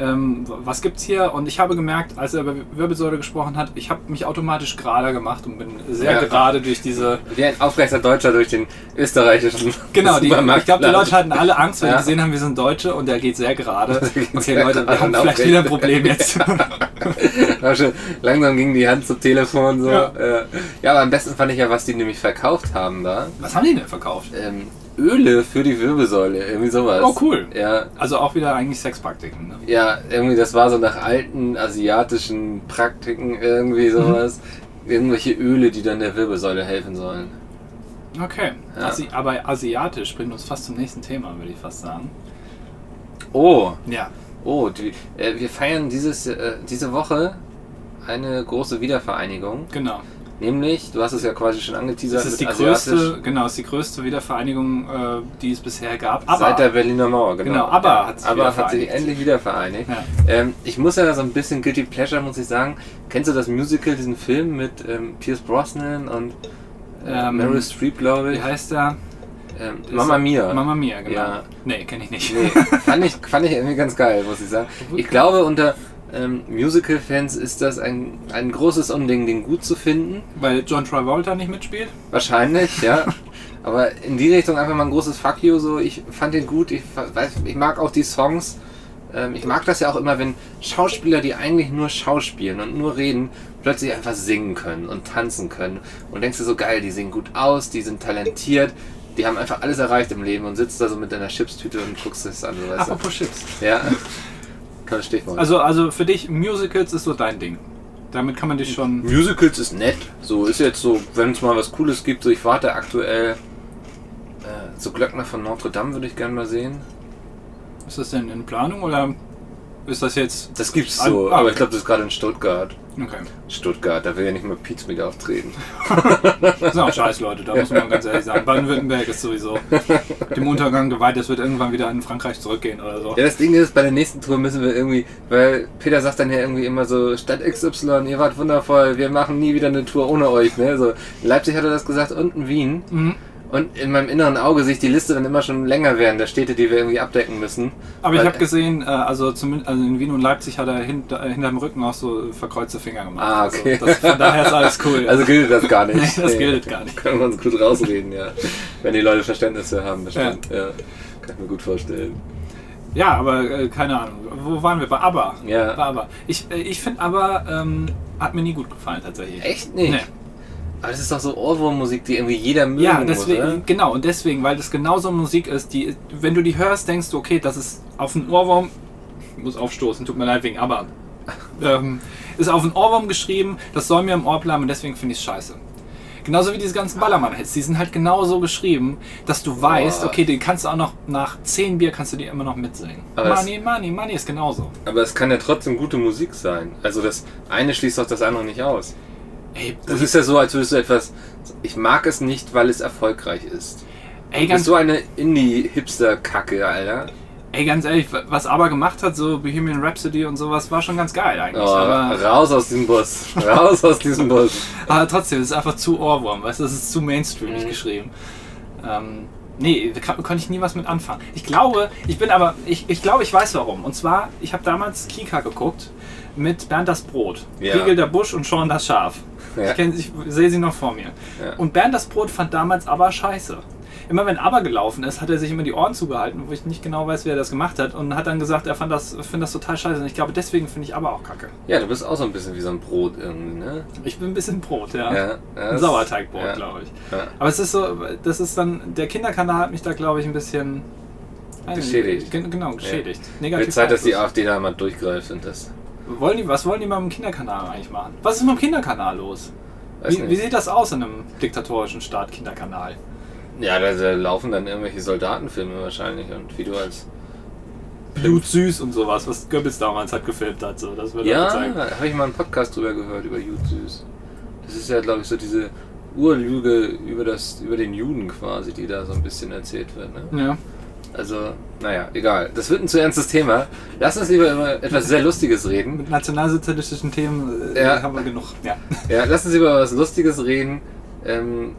Speaker 1: ähm, was gibt's hier? Und ich habe gemerkt, als er über Wirbelsäule gesprochen hat, ich habe mich automatisch gerader gemacht und bin sehr
Speaker 2: Ja.
Speaker 1: gerade durch diese.
Speaker 2: Wie ein aufrechter Deutscher durch den österreichischen
Speaker 1: Genau, die, ich
Speaker 2: Supermarkt
Speaker 1: glaube, die
Speaker 2: laufen.
Speaker 1: Leute hatten alle Angst, weil
Speaker 2: Ja.
Speaker 1: die gesehen haben, wir sind Deutsche und der geht
Speaker 2: <laughs>
Speaker 1: sehr gerade.
Speaker 2: geht
Speaker 1: Okay,
Speaker 2: sehr
Speaker 1: Leute, wir
Speaker 2: gerade
Speaker 1: haben
Speaker 2: und
Speaker 1: vielleicht wieder ein
Speaker 2: aufrecht.
Speaker 1: Problem
Speaker 2: <laughs>
Speaker 1: jetzt.
Speaker 2: War schon- Also, Langsam ging die Hand zum Telefon. So.
Speaker 1: Ja.
Speaker 2: Ja. ja, aber am besten fand ich ja, was die nämlich verkauft haben da.
Speaker 1: Was haben die denn verkauft?
Speaker 2: Ähm, Öle für die Wirbelsäule, irgendwie sowas.
Speaker 1: Oh, cool.
Speaker 2: Ja,
Speaker 1: Also auch wieder eigentlich Sexpraktiken. Ne?
Speaker 2: Ja, irgendwie, das war so nach alten asiatischen Praktiken irgendwie
Speaker 1: Mhm.
Speaker 2: sowas. Irgendwelche Öle, die dann der Wirbelsäule helfen sollen.
Speaker 1: Okay.
Speaker 2: Ja.
Speaker 1: Asi aber asiatisch bringt uns fast zum nächsten Thema, würde ich fast sagen.
Speaker 2: Oh,
Speaker 1: Ja.
Speaker 2: oh, die, äh, wir feiern dieses, äh, diese Woche eine große Wiedervereinigung.
Speaker 1: Genau.
Speaker 2: Nämlich, du hast es ja quasi schon
Speaker 1: Das
Speaker 2: angeteasert,
Speaker 1: ist die
Speaker 2: mit asiatisch
Speaker 1: größte, genau, ist die größte Wiedervereinigung, äh, die es bisher gab. Aber
Speaker 2: seit der Berliner Mauer, genau.
Speaker 1: Genau, ABBA hat sich
Speaker 2: ABBA hat sich
Speaker 1: wiedervereinigt.
Speaker 2: endlich wieder vereinigt.
Speaker 1: Ja.
Speaker 2: Ähm, ich muss ja so ein bisschen Guilty Pleasure, muss ich sagen. Kennst du das Musical, diesen Film mit ähm, Pierce Brosnan und äh,
Speaker 1: Ähm,
Speaker 2: Meryl Streep, glaube ich?
Speaker 1: wie heißt der?
Speaker 2: Ähm, Mama Mia.
Speaker 1: Mama Mia, genau.
Speaker 2: Ja.
Speaker 1: Nee, kenne ich nicht.
Speaker 2: Nee, fand ich, fand ich irgendwie ganz geil, muss ich sagen. Ich glaube, unter ähm, Musical-Fans ist das ein, ein großes Unding, den gut zu finden.
Speaker 1: <laughs> Weil John Travolta nicht mitspielt?
Speaker 2: Wahrscheinlich, ja. Aber in die Richtung einfach mal ein großes Fuck you, so. Ich fand den gut, ich, fa- weiß, ich mag auch die Songs. Ähm, ich mag das ja auch immer, wenn Schauspieler, die eigentlich nur schauspielen und nur reden, plötzlich einfach singen können und tanzen können. Und denkst du so, geil, die sehen gut aus, die sind talentiert, die haben einfach alles erreicht im Leben und sitzt da so mit deiner Chipstüte und guckst es an. So, weißt du?
Speaker 1: Apropos Chips.
Speaker 2: Ja. Kein Stichwort.
Speaker 1: Also, also für dich, Musicals ist so dein Ding. Damit kann man dich
Speaker 2: Mhm.
Speaker 1: schon.
Speaker 2: Musicals ist nett. So ist jetzt so, wenn es mal was Cooles gibt. So ich warte aktuell. Äh, so Glöckner von Notre Dame würde ich gerne mal sehen.
Speaker 1: Ist das denn in Planung oder ist das jetzt.
Speaker 2: Das gibt's
Speaker 1: Ah,
Speaker 2: so,
Speaker 1: ah,
Speaker 2: aber ich glaube, das ist gerade in Stuttgart.
Speaker 1: Okay.
Speaker 2: Stuttgart, da will ja nicht mal Pietz mit auftreten.
Speaker 1: Das sind auch scheiß Leute, da muss man ganz ehrlich sagen. Baden-Württemberg ist sowieso dem Untergang geweiht, das wird irgendwann wieder in Frankreich zurückgehen oder so.
Speaker 2: Ja, das Ding ist, bei der nächsten Tour müssen wir irgendwie, weil Peter sagt dann ja irgendwie immer so, Stadt XY, ihr wart wundervoll, wir machen nie wieder eine Tour ohne euch. Ne? So, in Leipzig hat er das gesagt und in Wien.
Speaker 1: Mhm.
Speaker 2: Und in meinem inneren Auge sehe ich die Liste dann immer schon länger werden, der Städte, die wir irgendwie abdecken müssen.
Speaker 1: Aber ich
Speaker 2: Weil-
Speaker 1: habe gesehen, äh, also, zumindest, also in Wien und Leipzig hat er hinter, äh, hinterm Rücken auch so verkreuzte Finger gemacht.
Speaker 2: Ah, okay.
Speaker 1: Also das, von daher ist alles cool.
Speaker 2: Also äh, gilt das gar
Speaker 1: <laughs>
Speaker 2: nicht.
Speaker 1: nee, das gilt gar nicht.
Speaker 2: <laughs> Können wir uns gut rausreden, ja. Wenn die Leute Verständnis für haben, bestimmt. Ja. Kann ich mir gut vorstellen.
Speaker 1: Ja, aber äh, keine Ahnung. Wo waren wir? Bei ABBA.
Speaker 2: Ja.
Speaker 1: Bei ABBA. Ich, äh, ich finde ABBA ähm, hat mir nie gut gefallen tatsächlich.
Speaker 2: Echt nicht?
Speaker 1: Nee.
Speaker 2: Aber das ist doch so Ohrwurmmusik, die irgendwie jeder mögen
Speaker 1: Ja,
Speaker 2: muss,
Speaker 1: deswegen,
Speaker 2: oder?
Speaker 1: genau, und deswegen, weil das genauso Musik ist, die, wenn du die hörst, denkst du, okay, das ist auf einen Ohrwurm, ich muss aufstoßen, tut mir leid wegen
Speaker 2: <laughs>
Speaker 1: aber, ähm, ist auf einen Ohrwurm geschrieben, das soll mir im Ohr bleiben und deswegen finde ich es scheiße. Genauso wie diese ganzen Ballermann-Hits, die sind halt genauso geschrieben, dass du weißt,
Speaker 2: Boah.
Speaker 1: okay, den kannst du auch noch nach 10 Bier kannst du dir immer noch mitsingen.
Speaker 2: Aber es-
Speaker 1: Money, Money, Money ist genauso.
Speaker 2: Aber es kann ja trotzdem gute Musik sein. Also das eine schließt doch das andere nicht aus.
Speaker 1: Ey,
Speaker 2: Das ist ja so, als würdest du etwas. Ich mag es nicht, weil es erfolgreich ist.
Speaker 1: ey,
Speaker 2: Das
Speaker 1: ganz
Speaker 2: ist so eine Indie-Hipster-Kacke, Alter.
Speaker 1: Ey, ganz ehrlich, was aber gemacht hat, so Bohemian Rhapsody und sowas, war schon ganz geil
Speaker 2: Oh,
Speaker 1: eigentlich. aber,
Speaker 2: raus aus diesem Bus. Raus aus diesem Bus.
Speaker 1: aber trotzdem, es ist einfach zu Ohrwurm, weißt du, es ist zu
Speaker 2: Mhm.
Speaker 1: mainstreamig geschrieben. Ähm, nee, da kann- konnte ich nie was mit anfangen. Ich glaube, ich bin aber, ich, ich glaube, ich weiß warum. Und zwar, ich habe damals Kika geguckt mit Bernd das Brot,
Speaker 2: Ja.
Speaker 1: Riegel der Busch und Sean das Schaf.
Speaker 2: Ja.
Speaker 1: Ich, kenn- ich sehe sie noch vor mir.
Speaker 2: Ja.
Speaker 1: Und Bernd das Brot fand damals aber scheiße. Immer wenn aber gelaufen ist, hat er sich immer die Ohren zugehalten, wo ich nicht genau weiß, wie er das gemacht hat. Und hat dann gesagt, er fand das, find das total scheiße. Und ich glaube, deswegen finde ich aber auch kacke.
Speaker 2: Ja, du bist auch so ein bisschen wie so ein Brot irgendwie, ne?
Speaker 1: Ich bin ein bisschen Brot, ja.
Speaker 2: Ja,
Speaker 1: Ein
Speaker 2: das-
Speaker 1: Sauerteigbrot,
Speaker 2: ja,
Speaker 1: glaube ich.
Speaker 2: ja.
Speaker 1: Aber es ist so, das ist dann, der Kinderkanal hat mich da, glaube ich, ein bisschen. weiß nicht,
Speaker 2: Geschädigt.
Speaker 1: gen- Genau, geschädigt. Negativ.
Speaker 2: Wird Zeit, dass die
Speaker 1: beeinflusst.
Speaker 2: AfD da mal durchgreift und das.
Speaker 1: wollen die, Was wollen die mit dem Kinderkanal eigentlich machen? Was ist mit dem Kinderkanal los?
Speaker 2: Weiß
Speaker 1: Wie,
Speaker 2: nicht. Hm.
Speaker 1: wie sieht das aus in einem diktatorischen Staat, Kinderkanal?
Speaker 2: Ja, da, da laufen dann irgendwelche Soldatenfilme wahrscheinlich und wie du als.
Speaker 1: Blutsüß und sowas, was Goebbels damals hat gefilmt hat. So, das wird er
Speaker 2: Ja,
Speaker 1: gezeigt.
Speaker 2: habe ich mal einen Podcast drüber gehört, über Judsüß. Das ist ja, glaube ich, so diese Urlüge über, das, über den Juden quasi, die da so ein bisschen erzählt wird. Ne?
Speaker 1: Ja.
Speaker 2: Also, naja, egal. Das wird ein zu ernstes Thema. Lass uns lieber über etwas sehr Lustiges reden.
Speaker 1: Mit nationalsozialistischen Themen äh,
Speaker 2: Ja.
Speaker 1: haben wir genug. Ja.
Speaker 2: Ja, lass uns über was Lustiges reden. Ähm,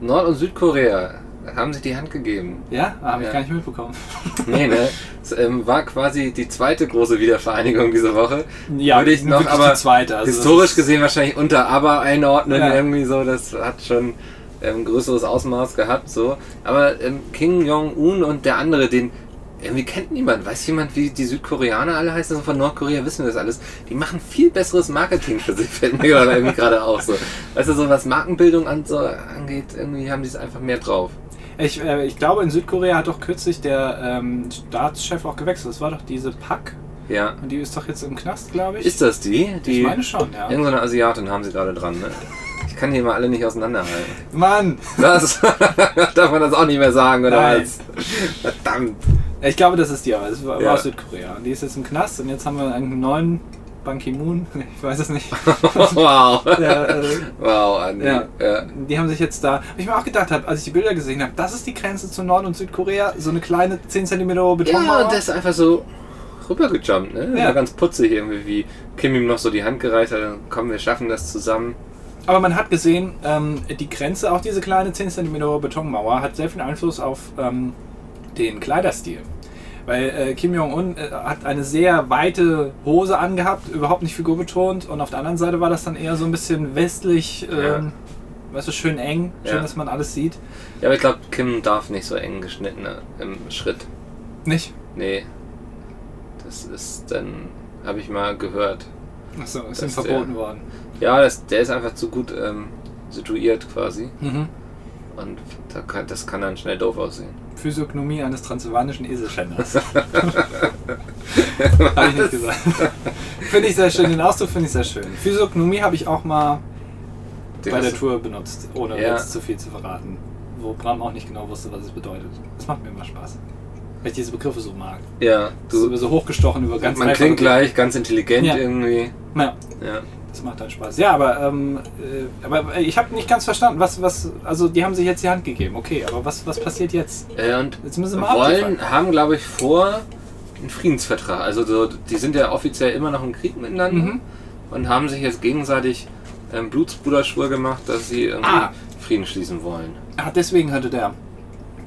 Speaker 2: Nord- und Südkorea haben sich die Hand gegeben.
Speaker 1: Ja? Habe ich
Speaker 2: Ja.
Speaker 1: gar nicht mitbekommen. <laughs>
Speaker 2: Nee, ne? Es ähm, war quasi die zweite große Wiedervereinigung diese Woche.
Speaker 1: Ja,
Speaker 2: Würde ich noch,
Speaker 1: wirklich
Speaker 2: aber
Speaker 1: die zweite. Also das
Speaker 2: historisch
Speaker 1: ist-
Speaker 2: gesehen wahrscheinlich unter Aber einordnen
Speaker 1: Ja.
Speaker 2: irgendwie so. Das hat schon ähm, größeres Ausmaß gehabt so. Aber ähm, Kim Jong-un und der andere, den irgendwie kennt niemand. Weiß jemand, wie die Südkoreaner alle heißen? Also von Nordkorea wissen wir das alles. Die machen viel besseres Marketing für sich, <laughs> fällt mir gerade irgendwie gerade auf. So. Weißt du, so was Markenbildung an, so, angeht, irgendwie haben die es einfach mehr drauf.
Speaker 1: Ich, äh, ich glaube, in Südkorea hat doch kürzlich der ähm, Staatschef auch gewechselt. Das war doch diese Pack.
Speaker 2: Ja.
Speaker 1: Und die ist doch jetzt im Knast, glaube ich.
Speaker 2: Ist das die? die
Speaker 1: ich meine schon, ja.
Speaker 2: Irgendeine Asiatin haben sie gerade dran, ne? Ich kann die immer alle nicht auseinanderhalten.
Speaker 1: Mann!
Speaker 2: Das <laughs> darf man das auch nicht mehr sagen, oder
Speaker 1: Nein.
Speaker 2: was? Verdammt.
Speaker 1: Ich glaube, das ist die, aber das war,
Speaker 2: Ja.
Speaker 1: war aus Südkorea. Und die ist jetzt im Knast und jetzt haben wir einen neuen Ban Ki-moon. <laughs> Ich weiß es
Speaker 2: <laughs>
Speaker 1: nicht.
Speaker 2: Wow.
Speaker 1: Der, äh,
Speaker 2: Wow, Andi.
Speaker 1: Ja.
Speaker 2: Ja.
Speaker 1: Die haben sich jetzt da, wo ich mir auch gedacht habe, als ich die Bilder gesehen habe, das ist die Grenze zu Nord- und Südkorea, so eine kleine 10 cm hohe
Speaker 2: ja,
Speaker 1: Betonmauer.
Speaker 2: und der ist einfach so rübergejumpt, ne?
Speaker 1: Ja.
Speaker 2: War ganz putzig irgendwie, wie Kim ihm noch so die Hand gereicht hat. und Komm, wir schaffen das zusammen.
Speaker 1: Aber man hat gesehen, ähm, die Grenze, auch diese kleine 10 cm hohe Betonmauer, hat sehr viel Einfluss auf ähm, den Kleiderstil. Weil äh, Kim Jong-un äh, hat eine sehr weite Hose angehabt, überhaupt nicht Figur betont. Und auf der anderen Seite war das dann eher so ein bisschen westlich,
Speaker 2: Ja.
Speaker 1: ähm, weißt du, schön eng, schön,
Speaker 2: Ja.
Speaker 1: dass man alles sieht.
Speaker 2: Ja, aber ich glaube, Kim darf nicht so eng geschnitten ne? im Schritt.
Speaker 1: Nicht?
Speaker 2: Nee. Das es ist dann, habe ich mal gehört.
Speaker 1: Achso, ist ihm
Speaker 2: Das,
Speaker 1: verboten worden.
Speaker 2: Ja, das, der ist einfach zu gut ähm, situiert quasi.
Speaker 1: Mhm.
Speaker 2: Und da kann, das kann dann schnell
Speaker 1: <laughs>
Speaker 2: doof aussehen.
Speaker 1: Physiognomie eines transsilvanischen
Speaker 2: <laughs>
Speaker 1: Eselschänders. habe ich nicht gesagt. finde ich sehr schön, den Ausdruck finde ich sehr schön. Physiognomie habe ich auch mal
Speaker 2: Den
Speaker 1: bei
Speaker 2: hast
Speaker 1: der
Speaker 2: du-
Speaker 1: Tour benutzt, ohne
Speaker 2: Ja.
Speaker 1: jetzt zu viel zu verraten. Wo Bram auch nicht genau wusste, was es bedeutet. Das macht mir immer Spaß. Weil ich diese Begriffe so mag.
Speaker 2: Ja,
Speaker 1: Das ist
Speaker 2: du,
Speaker 1: immer so hochgestochen über ganz
Speaker 2: man
Speaker 1: einfache
Speaker 2: klingt
Speaker 1: Begriffe.
Speaker 2: gleich ganz intelligent
Speaker 1: Ja.
Speaker 2: irgendwie.
Speaker 1: Ja,
Speaker 2: Ja.
Speaker 1: das macht dann Spaß. Ja, aber, ähm, äh, aber ich habe nicht ganz verstanden, was, was, also die haben sich jetzt die Hand gegeben, okay, aber was, was passiert jetzt?
Speaker 2: Äh, und
Speaker 1: Jetzt müssen wir mal abliefern.
Speaker 2: wollen, haben glaube ich vor, einen Friedensvertrag. Also so, die sind ja offiziell immer noch im Krieg miteinander
Speaker 1: Mhm.
Speaker 2: und haben sich jetzt gegenseitig ähm, Blutsbruderschwur gemacht, dass sie irgendwie
Speaker 1: Ah.
Speaker 2: Frieden schließen wollen.
Speaker 1: Ah, deswegen hatte der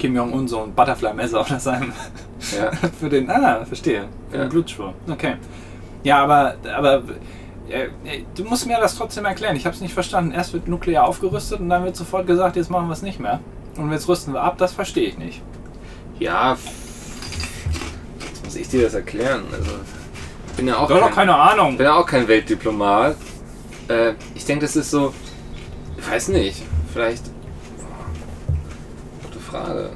Speaker 1: Kim Jong-un so ein Butterfly-Messer unter seinem.
Speaker 2: Ja.
Speaker 1: <laughs> für den. Ah, verstehe. Für
Speaker 2: Ja.
Speaker 1: den Blutschwur. Okay. Ja, aber. aber äh, äh, du musst mir das trotzdem erklären. Ich habe es nicht verstanden. Erst wird nuklear aufgerüstet und dann wird sofort gesagt, jetzt machen wir es nicht mehr. Und jetzt rüsten wir ab. Das verstehe ich nicht.
Speaker 2: Ja, f- jetzt muss ich dir das erklären. Also, ich bin ja
Speaker 1: Ich
Speaker 2: auch,
Speaker 1: habe doch
Speaker 2: kein,
Speaker 1: keine Ahnung. <laughs>
Speaker 2: bin ja auch kein Weltdiplomat. Äh, ich denke, das ist so, ich weiß nicht, vielleicht, boah, gute Frage.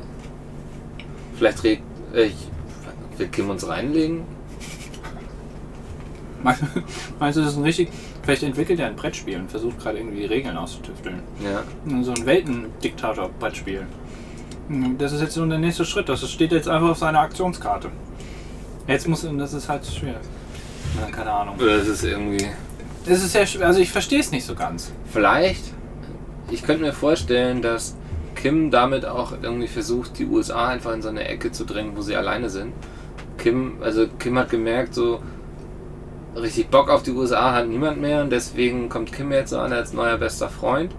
Speaker 2: Vielleicht regt, äh, ich, will Kim uns reinlegen?
Speaker 1: Meinst du- meinst du, das ist ein richtig. Vielleicht entwickelt er ein Brettspiel und versucht gerade irgendwie Regeln auszutüfteln.
Speaker 2: Ja.
Speaker 1: So ein Weltendiktator-Brettspiel. Hm, Das ist jetzt so der nächste Schritt. Das steht jetzt einfach auf seiner Aktionskarte. Jetzt muss, und das ist halt schwer. Na, keine Ahnung.
Speaker 2: Oder ist es irgendwie,
Speaker 1: Es ist sehr schwer, also ich verstehe es nicht so ganz.
Speaker 2: vielleicht, ich könnte mir vorstellen, dass Kim damit auch irgendwie versucht, die USA einfach in so eine Ecke zu drängen, wo sie alleine sind. Kim, also Kim hat gemerkt, so richtig Bock auf die USA hat niemand mehr und deswegen kommt Kim jetzt so an als neuer bester Freund.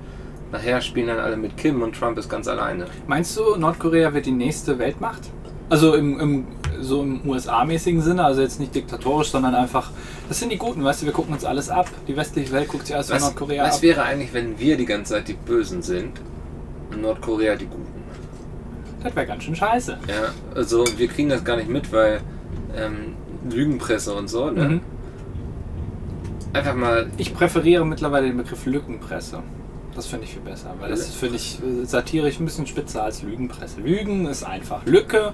Speaker 2: Nachher spielen dann alle mit Kim und Trump ist ganz alleine.
Speaker 1: Meinst du, Nordkorea wird die nächste Weltmacht? Also im, im so im USA-mäßigen Sinne, also jetzt nicht diktatorisch, sondern einfach, das sind die Guten, weißt du, wir gucken uns alles ab. Die westliche Welt guckt sich alles von
Speaker 2: Was,
Speaker 1: Nordkorea
Speaker 2: was
Speaker 1: ab.
Speaker 2: wäre eigentlich, wenn wir die ganze Zeit die Bösen sind und Nordkorea die Guten?
Speaker 1: Das wäre ganz schön scheiße.
Speaker 2: Ja, also wir kriegen das gar nicht mit, weil ähm, Lügenpresse und so, ne?
Speaker 1: Mhm.
Speaker 2: Einfach mal
Speaker 1: Ich präferiere mittlerweile den Begriff Lückenpresse. Das finde ich viel besser, weil das ist, finde ich äh, satirisch ein bisschen spitzer als Lügenpresse. Lügen ist einfach Lücke.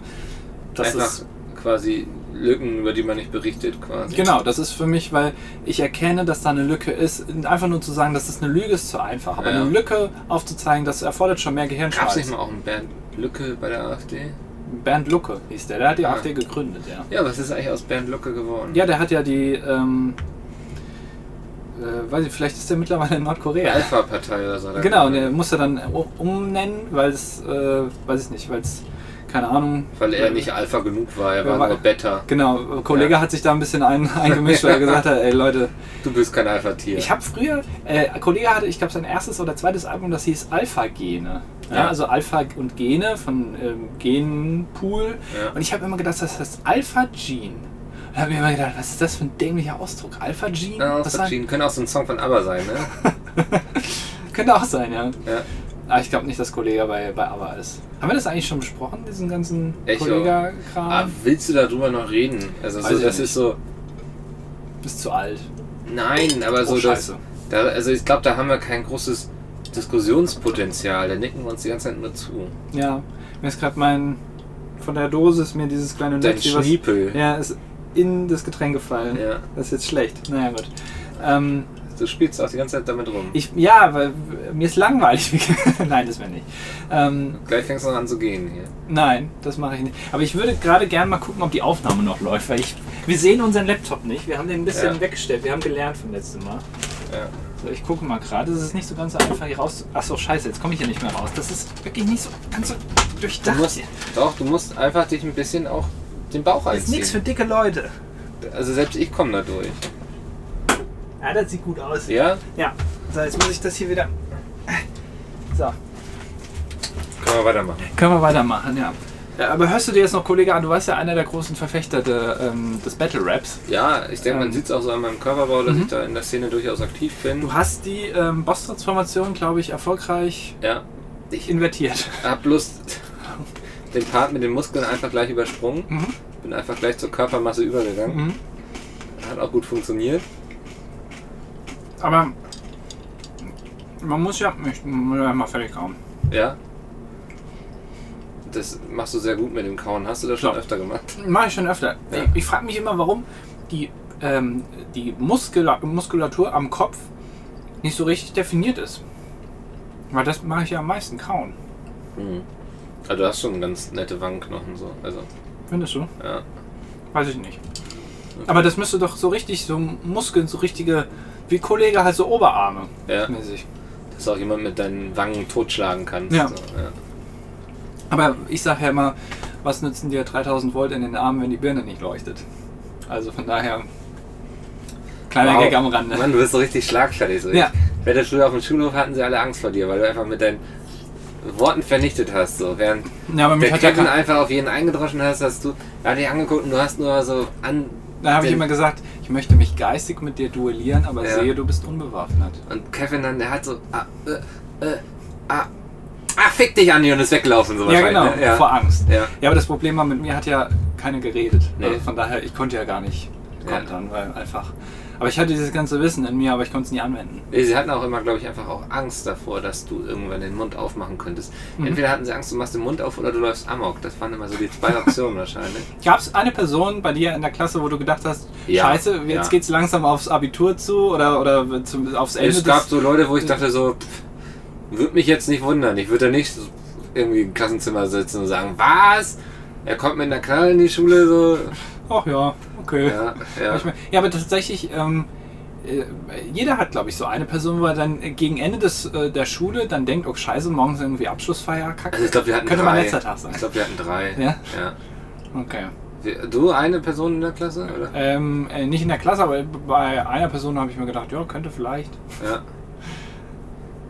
Speaker 1: Das
Speaker 2: einfach
Speaker 1: ist
Speaker 2: quasi Lücken, über die man nicht berichtet, quasi.
Speaker 1: Genau, das ist für mich, weil ich erkenne, dass da eine Lücke ist. Einfach nur zu sagen, dass das eine Lüge ist, zu einfach. Aber
Speaker 2: Ja.
Speaker 1: eine Lücke aufzuzeigen, das erfordert schon mehr
Speaker 2: Gab es nicht
Speaker 1: Gehirnschmalz.
Speaker 2: mal auch einen Bernd Lücke bei der AfD?
Speaker 1: Bernd Lucke hieß der, der hat die
Speaker 2: Ah.
Speaker 1: AfD gegründet, ja.
Speaker 2: Ja, was ist eigentlich aus Bernd Lücke geworden?
Speaker 1: Ja, der hat ja die, ähm, äh, weiß ich, vielleicht ist der mittlerweile in Nordkorea.
Speaker 2: <laughs> Die Alpha-Partei oder so. oder?
Speaker 1: Genau, und der muss er dann u- umnennen, weil es, äh, weiß ich nicht, weil es, keine Ahnung.
Speaker 2: Weil er nicht Alpha genug war, er
Speaker 1: Wer
Speaker 2: war
Speaker 1: war-
Speaker 2: nur Beta.
Speaker 1: Genau, Kollege
Speaker 2: Ja.
Speaker 1: hat sich da ein bisschen ein, eingemischt,
Speaker 2: <laughs>
Speaker 1: weil er gesagt hat, ey Leute,
Speaker 2: Du bist kein Alpha-Tier.
Speaker 1: Ich habe früher, äh, ein Kollege hatte, ich glaube, sein erstes oder zweites Album, das hieß Alpha-Gene. Ja.
Speaker 2: Ja.
Speaker 1: also Alpha und Gene von ähm, Genpool.
Speaker 2: Ja.
Speaker 1: Und ich habe immer gedacht, das heißt Alpha-Gene. Und habe mir immer gedacht, was ist das für ein dämlicher Ausdruck? Alpha-Gene?
Speaker 2: Na,
Speaker 1: Was
Speaker 2: aus
Speaker 1: sein-
Speaker 2: Verschieden. Könnte auch so ein Song von ABBA sein, ne?
Speaker 1: Könnte auch sein, ja.
Speaker 2: Ja.
Speaker 1: Aber Ah, ich glaube nicht, dass Kollege bei, bei ABBA ist. Haben wir das eigentlich schon besprochen, diesen ganzen
Speaker 2: Echo. Aber
Speaker 1: Kollega-Kram?
Speaker 2: Ah, willst du darüber noch reden? Also,
Speaker 1: Ah. Weiß
Speaker 2: so,
Speaker 1: ich
Speaker 2: das
Speaker 1: nicht.
Speaker 2: ist so. Ah.
Speaker 1: Bist zu alt.
Speaker 2: Nein, aber so
Speaker 1: Oh,
Speaker 2: das.
Speaker 1: scheiße.
Speaker 2: Da, also, ich glaube, da haben wir kein großes Diskussionspotenzial. Da nicken wir uns die ganze Zeit nur zu.
Speaker 1: Ja. Mir ist gerade mein. Von der Dose ist mir dieses kleine
Speaker 2: Dein
Speaker 1: Nützli, was-
Speaker 2: Schniepel.
Speaker 1: Ja, ist in das Getränk gefallen.
Speaker 2: Ja.
Speaker 1: Das ist jetzt schlecht. Naja, gut. Ähm,
Speaker 2: Du spielst auch die ganze Zeit damit rum.
Speaker 1: ich, ja, weil mir ist langweilig. <laughs> nein, das wäre nicht. Ähm,
Speaker 2: Gleich fängst du noch an zu gehen hier.
Speaker 1: nein, das mache ich nicht. Aber ich würde gerade gerne mal gucken, ob die Aufnahme noch läuft, weil ich, wir sehen unseren Laptop nicht. Wir haben den ein bisschen
Speaker 2: Ja.
Speaker 1: weggestellt. Wir haben gelernt vom letzten Mal.
Speaker 2: Ja.
Speaker 1: So, ich gucke mal gerade. Es ist nicht so ganz so einfach hier raus. Achso, scheiße, jetzt komme ich hier nicht mehr raus. Das ist wirklich nicht so ganz so
Speaker 2: Du
Speaker 1: durchdacht.
Speaker 2: musst,
Speaker 1: hier.
Speaker 2: doch, du musst einfach dich ein bisschen auch den Bauch
Speaker 1: Das ist nichts für
Speaker 2: einziehen.
Speaker 1: dicke Leute.
Speaker 2: Also selbst ich komme da durch.
Speaker 1: Ah, das sieht gut aus.
Speaker 2: Ja?
Speaker 1: Ja, so jetzt muss ich das hier wieder. So.
Speaker 2: Können wir weitermachen.
Speaker 1: Können wir weitermachen, ja. Ja, Aber hörst du dir jetzt noch, Kollege, an? Du warst ja einer der großen Verfechter der, ähm, des Battle Raps.
Speaker 2: Ja, ich denke, man
Speaker 1: Ähm. Mhm.
Speaker 2: sieht es auch so an meinem Körperbau, dass ich da in der Szene durchaus aktiv bin.
Speaker 1: Du hast die ähm, Boss-Transformation, glaube ich, erfolgreich
Speaker 2: Ja. Ich
Speaker 1: invertiert.
Speaker 2: <laughs> hab bloß den Part mit den Muskeln einfach gleich übersprungen.
Speaker 1: Mhm.
Speaker 2: Bin einfach gleich zur Körpermasse übergegangen.
Speaker 1: Mhm.
Speaker 2: Hat auch gut funktioniert.
Speaker 1: Aber man muss ja, ich muss ja mal fertig kauen.
Speaker 2: Ja. Das machst du sehr gut mit dem Kauen. Hast du das schon
Speaker 1: Ja.
Speaker 2: öfter gemacht?
Speaker 1: Mache ich schon öfter.
Speaker 2: Ja.
Speaker 1: Ich, ich frage mich immer, warum die, ähm, die Muskula Muskulatur am Kopf nicht so richtig definiert ist. Weil das mache ich ja am meisten, kauen.
Speaker 2: Mhm. Also du hast schon ganz nette Wangenknochen so. Also,
Speaker 1: Findest du?
Speaker 2: ja.
Speaker 1: Weiß ich nicht. Aber das müsste doch so richtig, so Muskeln, so richtige, wie Kollege halt so Oberarme
Speaker 2: ja.
Speaker 1: mäßig.
Speaker 2: Dass auch jemand mit deinen Wangen totschlagen kannst.
Speaker 1: Ja.
Speaker 2: So. ja.
Speaker 1: Aber ich sage ja immer, was nützen dir 3000 Volt in den Armen, wenn die Birne nicht leuchtet? Also von daher, kleiner
Speaker 2: Wow.
Speaker 1: Gag am Rande.
Speaker 2: Mann, du bist so richtig schlagfertig. So.
Speaker 1: Ja.
Speaker 2: Ich wette, früher auf dem Schulhof hatten sie alle Angst vor dir, weil du einfach mit deinen Worten vernichtet hast. So. Während
Speaker 1: ja, aber mich
Speaker 2: der
Speaker 1: hat ja
Speaker 2: Kevin
Speaker 1: kein-
Speaker 2: einfach auf jeden eingedroschen hast, hast du da dich angeguckt und du hast nur so an.
Speaker 1: Da habe ich
Speaker 2: den-
Speaker 1: immer gesagt, ich möchte mich geistig mit dir duellieren, aber
Speaker 2: Ja.
Speaker 1: sehe, du bist unbewaffnet.
Speaker 2: Und Kevin dann, der hat so. Ah, äh, äh, ah, ah, fick dich, Andi, und ist weggelaufen. So
Speaker 1: Ja,
Speaker 2: wahrscheinlich,
Speaker 1: genau,
Speaker 2: Ne? Ja.
Speaker 1: vor Angst.
Speaker 2: Ja.
Speaker 1: Ja, aber das Problem war, mit mir hat ja keiner geredet.
Speaker 2: Nee.
Speaker 1: Also von daher, ich konnte ja gar nicht
Speaker 2: Ja.
Speaker 1: kontern, weil einfach. Aber ich hatte dieses ganze Wissen in mir, aber ich konnte es nie anwenden.
Speaker 2: Nee, Sie hatten auch immer, glaube ich, einfach auch Angst davor, dass du irgendwann den Mund aufmachen könntest.
Speaker 1: Mhm.
Speaker 2: Entweder hatten sie Angst, du machst den Mund auf oder du läufst amok. Das waren immer so die
Speaker 1: <laughs>
Speaker 2: zwei Optionen wahrscheinlich.
Speaker 1: Gab es eine Person bei dir in der Klasse, wo du gedacht hast,
Speaker 2: Ja,
Speaker 1: scheiße, jetzt
Speaker 2: ja.
Speaker 1: geht's langsam aufs Abitur zu oder, oder zum, aufs Ende
Speaker 2: es gab so Leute, wo ich dachte so, pff, würde mich jetzt nicht wundern. Ich würde da nicht so irgendwie im Klassenzimmer sitzen und sagen, was? Er kommt mit einer Knarre in die
Speaker 1: <laughs>
Speaker 2: Schule so.
Speaker 1: Ach ja, okay.
Speaker 2: Ja, ja.
Speaker 1: Ich mein, ja, aber tatsächlich, ähm, äh, jeder hat, glaube ich, so eine Person, wo er dann äh, gegen Ende des, äh, der Schule dann denkt, oh scheiße, morgen ist irgendwie Abschlussfeier,
Speaker 2: Also
Speaker 1: kacke.
Speaker 2: ich glaube, wir hatten
Speaker 1: Könnte
Speaker 2: drei.
Speaker 1: mein letzter Tag sein.
Speaker 2: Ich glaube, wir hatten drei.
Speaker 1: Ja?
Speaker 2: ja.
Speaker 1: Okay.
Speaker 2: Wir- Du eine Person in der Klasse, oder?
Speaker 1: Ähm, äh, nicht in der Klasse, aber bei einer Person habe ich mir gedacht, ja, könnte vielleicht.
Speaker 2: Ja.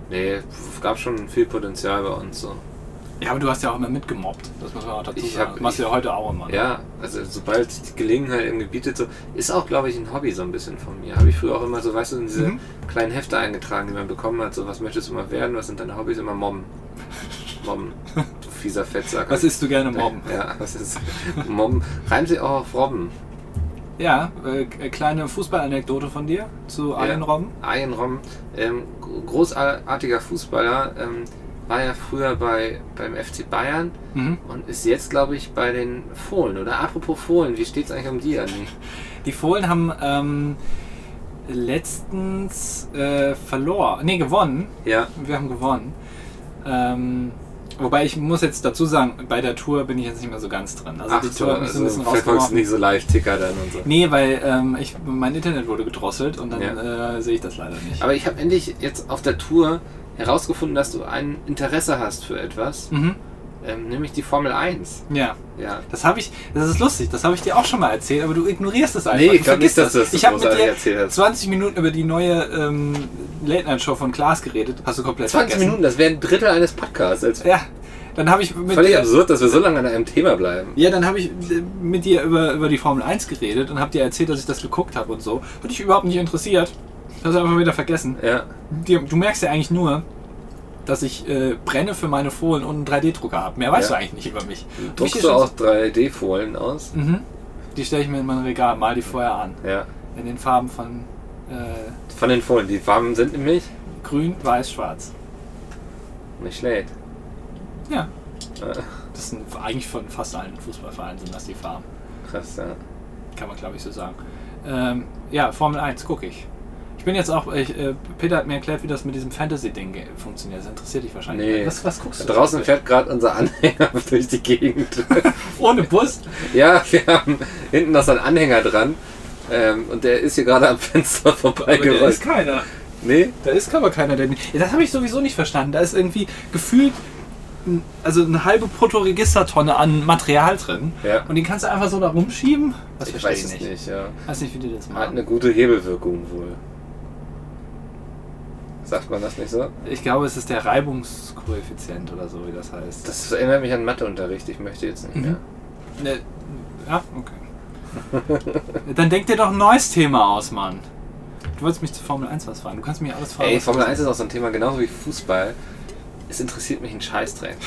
Speaker 2: Nee, es gab schon viel Potenzial bei uns so.
Speaker 1: Ja, aber du hast ja auch immer mitgemobbt. Das muss man auch dazu
Speaker 2: Ich
Speaker 1: sagen.
Speaker 2: hab-
Speaker 1: das machst du
Speaker 2: ich-
Speaker 1: ja heute auch immer. ne?
Speaker 2: Ja, also sobald die Gelegenheit irgendwie bietet, so ist auch, glaube ich, ein Hobby so ein bisschen von mir. Habe ich früher auch immer so, weißt du, in diese
Speaker 1: Mhm.
Speaker 2: kleinen Hefte eingetragen, die man bekommen hat. So, was möchtest du mal werden? Was sind deine Hobbys? Immer Mobben. Mobben. Du fieser Fettsack.
Speaker 1: Was isst du gerne
Speaker 2: <laughs>
Speaker 1: mobben?
Speaker 2: Ja, was ist Mobben? Reimt sich auch auf Robben.
Speaker 1: Ja, äh, k- kleine Fußballanekdote von dir zu Arjen Robben.
Speaker 2: Arjen Robben, ähm, gro- großartiger Fußballer, ähm, war ja früher bei, beim FC Bayern
Speaker 1: Mhm.
Speaker 2: und ist jetzt, glaube ich, bei den Fohlen. Oder apropos Fohlen, wie steht's eigentlich um die, Andi?
Speaker 1: Die Fohlen haben ähm, letztens äh, verloren, nee, gewonnen.
Speaker 2: Ja,
Speaker 1: Wir haben gewonnen. Ähm, wobei ich muss jetzt dazu sagen, bei der Tour bin ich jetzt nicht mehr so ganz drin. Also
Speaker 2: Ach
Speaker 1: die
Speaker 2: so,
Speaker 1: Tour hat mich so ein bisschen
Speaker 2: verfolgst
Speaker 1: rausgeworfen.
Speaker 2: nicht so Live-Ticker dann und so.
Speaker 1: Nee, weil ähm, ich, mein Internet wurde gedrosselt und dann
Speaker 2: Ja.
Speaker 1: äh, sehe ich das leider nicht.
Speaker 2: Aber ich habe endlich jetzt auf der Tour herausgefunden, dass du ein Interesse hast für etwas,
Speaker 1: Mhm.
Speaker 2: ähm, nämlich die Formel 1.
Speaker 1: Ja,
Speaker 2: Ja.
Speaker 1: das habe ich, das ist lustig, das habe ich dir auch schon mal erzählt, aber du ignorierst es einfach.
Speaker 2: Nee, ich
Speaker 1: Du
Speaker 2: glaub nicht,
Speaker 1: vergisst
Speaker 2: dass du das
Speaker 1: Ich habe mit
Speaker 2: großartig
Speaker 1: dir
Speaker 2: erzählt hast.
Speaker 1: 20 Minuten über die neue ähm, Late-Night-Show von Klaas geredet. Hast du komplett
Speaker 2: 20
Speaker 1: vergessen.
Speaker 2: Minuten, das wäre ein Drittel eines Podcasts. Also
Speaker 1: Ja, dann habe ich mit
Speaker 2: völlig
Speaker 1: dir,
Speaker 2: absurd, dass wir so lange an einem Thema bleiben.
Speaker 1: ja, dann habe ich äh, mit dir über, über die Formel 1 geredet und habe dir erzählt, dass ich das geguckt habe und so. Hat dich überhaupt nicht interessiert. Das hast du einfach wieder vergessen.
Speaker 2: Ja.
Speaker 1: Dir- Du merkst ja eigentlich nur, dass ich äh, brenne für meine Fohlen und einen 3D-Drucker habe. Mehr weißt
Speaker 2: Ja.
Speaker 1: du eigentlich nicht über mich. Mich
Speaker 2: Druckst
Speaker 1: ist
Speaker 2: du
Speaker 1: schon
Speaker 2: auch 3D-Fohlen aus?
Speaker 1: so- Mhm. Die stelle ich mir in mein Regal, mal die vorher an.
Speaker 2: Ja.
Speaker 1: In den Farben von äh,
Speaker 2: Von den Fohlen, die Farben sind nämlich
Speaker 1: Grün, Weiß, Schwarz.
Speaker 2: nicht schlecht.
Speaker 1: Ja.
Speaker 2: Äh,
Speaker 1: Das sind eigentlich von fast allen Fußballvereinen sind das die Farben.
Speaker 2: krass, ja.
Speaker 1: Kann man glaube ich so sagen. Ähm, ja, Formel 1 gucke ich. Ich bin jetzt auch, ich, äh, Peter hat mir erklärt, wie das mit diesem Fantasy-Ding ge- funktioniert. Das interessiert dich wahrscheinlich.
Speaker 2: Nee.
Speaker 1: nicht. Was, was guckst
Speaker 2: Da
Speaker 1: du?
Speaker 2: draußen fährt gerade unser Anhänger <laughs> durch die Gegend.
Speaker 1: Ohne
Speaker 2: <laughs>
Speaker 1: Bus?
Speaker 2: Ja, wir haben hinten noch so einen Anhänger dran. Ähm, und der ist hier gerade am Fenster <laughs>
Speaker 1: da ist
Speaker 2: vorbeigerollt.
Speaker 1: keiner.
Speaker 2: Nee?
Speaker 1: Da ist aber keiner, der nicht. Ja, das habe ich sowieso nicht verstanden. Da ist irgendwie gefühlt ein- also eine halbe Protoregistertonne an Material drin.
Speaker 2: Ja.
Speaker 1: Und den kannst du einfach so da rumschieben? Das
Speaker 2: ich
Speaker 1: verstehe
Speaker 2: weiß es nicht. ja.
Speaker 1: Weiß nicht, wie die das
Speaker 2: Hat ne-
Speaker 1: machen.
Speaker 2: eine gute Hebelwirkung wohl. Sagt man das nicht so?
Speaker 1: Ich glaube, es ist der Reibungskoeffizient oder so, wie das heißt.
Speaker 2: Das erinnert mich an Matheunterricht. Ich möchte jetzt nicht mehr.
Speaker 1: Ne, ja, okay. Dann denk dir doch ein neues Thema aus, Mann. Du wolltest mich zu Formel 1 was fragen. Du kannst mich alles fragen.
Speaker 2: Ey,
Speaker 1: was
Speaker 2: Formel
Speaker 1: du-
Speaker 2: <laughs> 1 ist auch so ein Thema, genauso wie Fußball. Es interessiert mich ein Scheißdreck.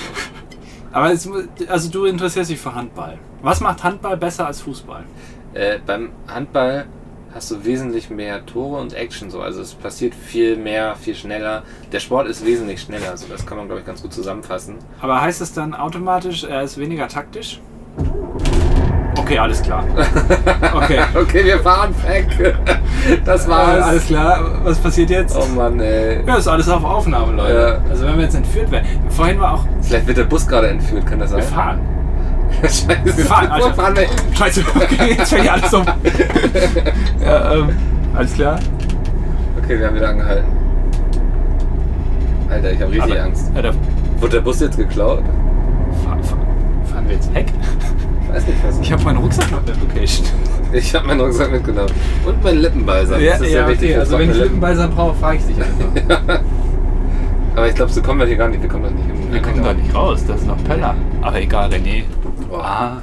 Speaker 1: Aber es, also du interessierst dich für Handball. Was macht Handball besser als Fußball?
Speaker 2: Äh, beim Handball hast du wesentlich mehr Tore und Action so. Also es passiert viel mehr, viel schneller. Der Sport ist wesentlich schneller, also das kann man glaube ich ganz gut zusammenfassen.
Speaker 1: Aber heißt es dann automatisch, er ist weniger taktisch? Okay, alles klar.
Speaker 2: <laughs>
Speaker 1: Okay.
Speaker 2: Okay, wir fahren weg. <laughs> Das
Speaker 1: Äh,
Speaker 2: war's.
Speaker 1: alles klar, was passiert jetzt?
Speaker 2: Oh Mann, ey.
Speaker 1: Ja, ist alles auf Aufnahme, Leute.
Speaker 2: Ja.
Speaker 1: Also wenn wir jetzt entführt werden. Vorhin war auch
Speaker 2: Vielleicht wird der Bus gerade entführt, kann das sein?
Speaker 1: wir fahren.
Speaker 2: <laughs> Scheiße.
Speaker 1: Wir fahren, Alter.
Speaker 2: Wo fahren wir? hin?
Speaker 1: Scheiße, okay, jetzt fällt ja alles
Speaker 2: <laughs>
Speaker 1: um. ja, ähm, alles klar.
Speaker 2: Okay, wir haben wieder angehalten. Alter, ich habe richtig
Speaker 1: Aber-
Speaker 2: Angst.
Speaker 1: Ja, da
Speaker 2: Wurde der Bus jetzt geklaut?
Speaker 1: fahr, fahr, fahren wir jetzt weg.
Speaker 2: Weiß nicht, was.
Speaker 1: Ich habe meinen Rucksack auf der Location.
Speaker 2: Ich habe meinen Rucksack mitgenommen. Und meinen Lippenbalsam. das ist ja, wichtig. für
Speaker 1: Also wenn ich
Speaker 2: trockene
Speaker 1: Lippenbalsam brauche, frage ich dich
Speaker 2: <laughs>
Speaker 1: einfach.
Speaker 2: Lippen. Aber ich glaube, so kommen wir hier gar nicht. Wir kommen doch nicht im
Speaker 1: Wir kommen da nicht raus, das ist noch Pöller. Aber egal, René. Ah.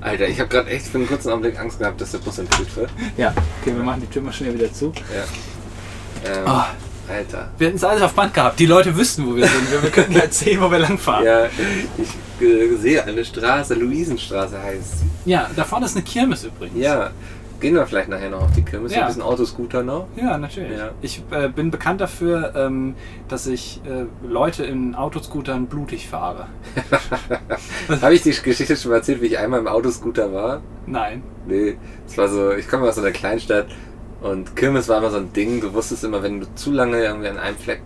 Speaker 2: Alter, ich habe gerade echt für einen kurzen Augenblick Angst gehabt, dass der Bus entführt wird.
Speaker 1: Ja, okay, wir machen die Tür mal schnell wieder zu.
Speaker 2: Ja. Ähm,
Speaker 1: Ah.
Speaker 2: Alter.
Speaker 1: Wir hätten es alles auf Band gehabt. Die Leute wüssten, wo wir sind. Wir, wir könnten halt sehen, wo wir langfahren.
Speaker 2: Ja, ich äh, sehe eine Straße, Luisenstraße heißt sie.
Speaker 1: Ja, da vorne ist eine Kirmes übrigens.
Speaker 2: Ja, gehen wir vielleicht nachher noch auf die Kirmes.
Speaker 1: Ja.
Speaker 2: Ein bisschen Autoscooter noch.
Speaker 1: Ja, natürlich.
Speaker 2: Ja.
Speaker 1: Ich äh, bin bekannt dafür, ähm, dass ich äh, Leute in Autoscootern blutig fahre.
Speaker 2: Habe ich die Geschichte schon mal erzählt, wie ich einmal im Autoscooter war?
Speaker 1: Nein.
Speaker 2: Nee, es war so, ich komme aus einer Kleinstadt und Kirmes war immer so ein Ding. Du wusstest immer, wenn du zu lange irgendwie an einem Fleck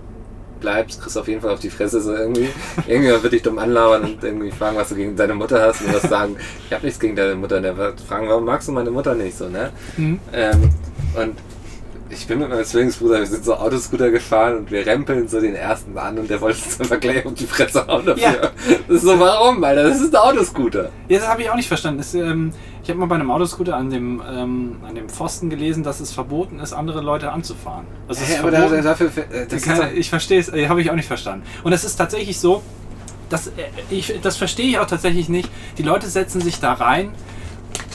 Speaker 2: bleibst, kriegst du auf jeden Fall auf die Fresse so irgendwie. Irgendjemand wird dich dumm anlabern und irgendwie fragen, was du gegen deine Mutter hast und was sagen. Ich habe nichts gegen deine Mutter. Und der wird fragen, warum magst du meine Mutter nicht so, ne?
Speaker 1: Hm?
Speaker 2: Ähm, und ich bin mit meinem Zwillingsbruder, wir sind so Autoscooter gefahren und wir rempeln so den ersten an und der wollte uns <laughs> einfach gleich auf die Fresse hauen dafür.
Speaker 1: Ja.
Speaker 2: Das ist so, warum, Alter? Das ist ein Autoscooter.
Speaker 1: Ja, das habe ich auch nicht verstanden. Es, ähm, ich habe mal bei einem Autoscooter an dem, ähm, an dem Pfosten gelesen, dass es verboten ist, andere Leute anzufahren. Das ist
Speaker 2: Hä, aber da,
Speaker 1: verboten.
Speaker 2: dafür, äh, das ist
Speaker 1: Keine-
Speaker 2: doch,
Speaker 1: ich verstehe es, äh, habe ich auch nicht verstanden. Und es ist tatsächlich so, dass, äh, ich, das verstehe ich auch tatsächlich nicht. Die Leute setzen sich da rein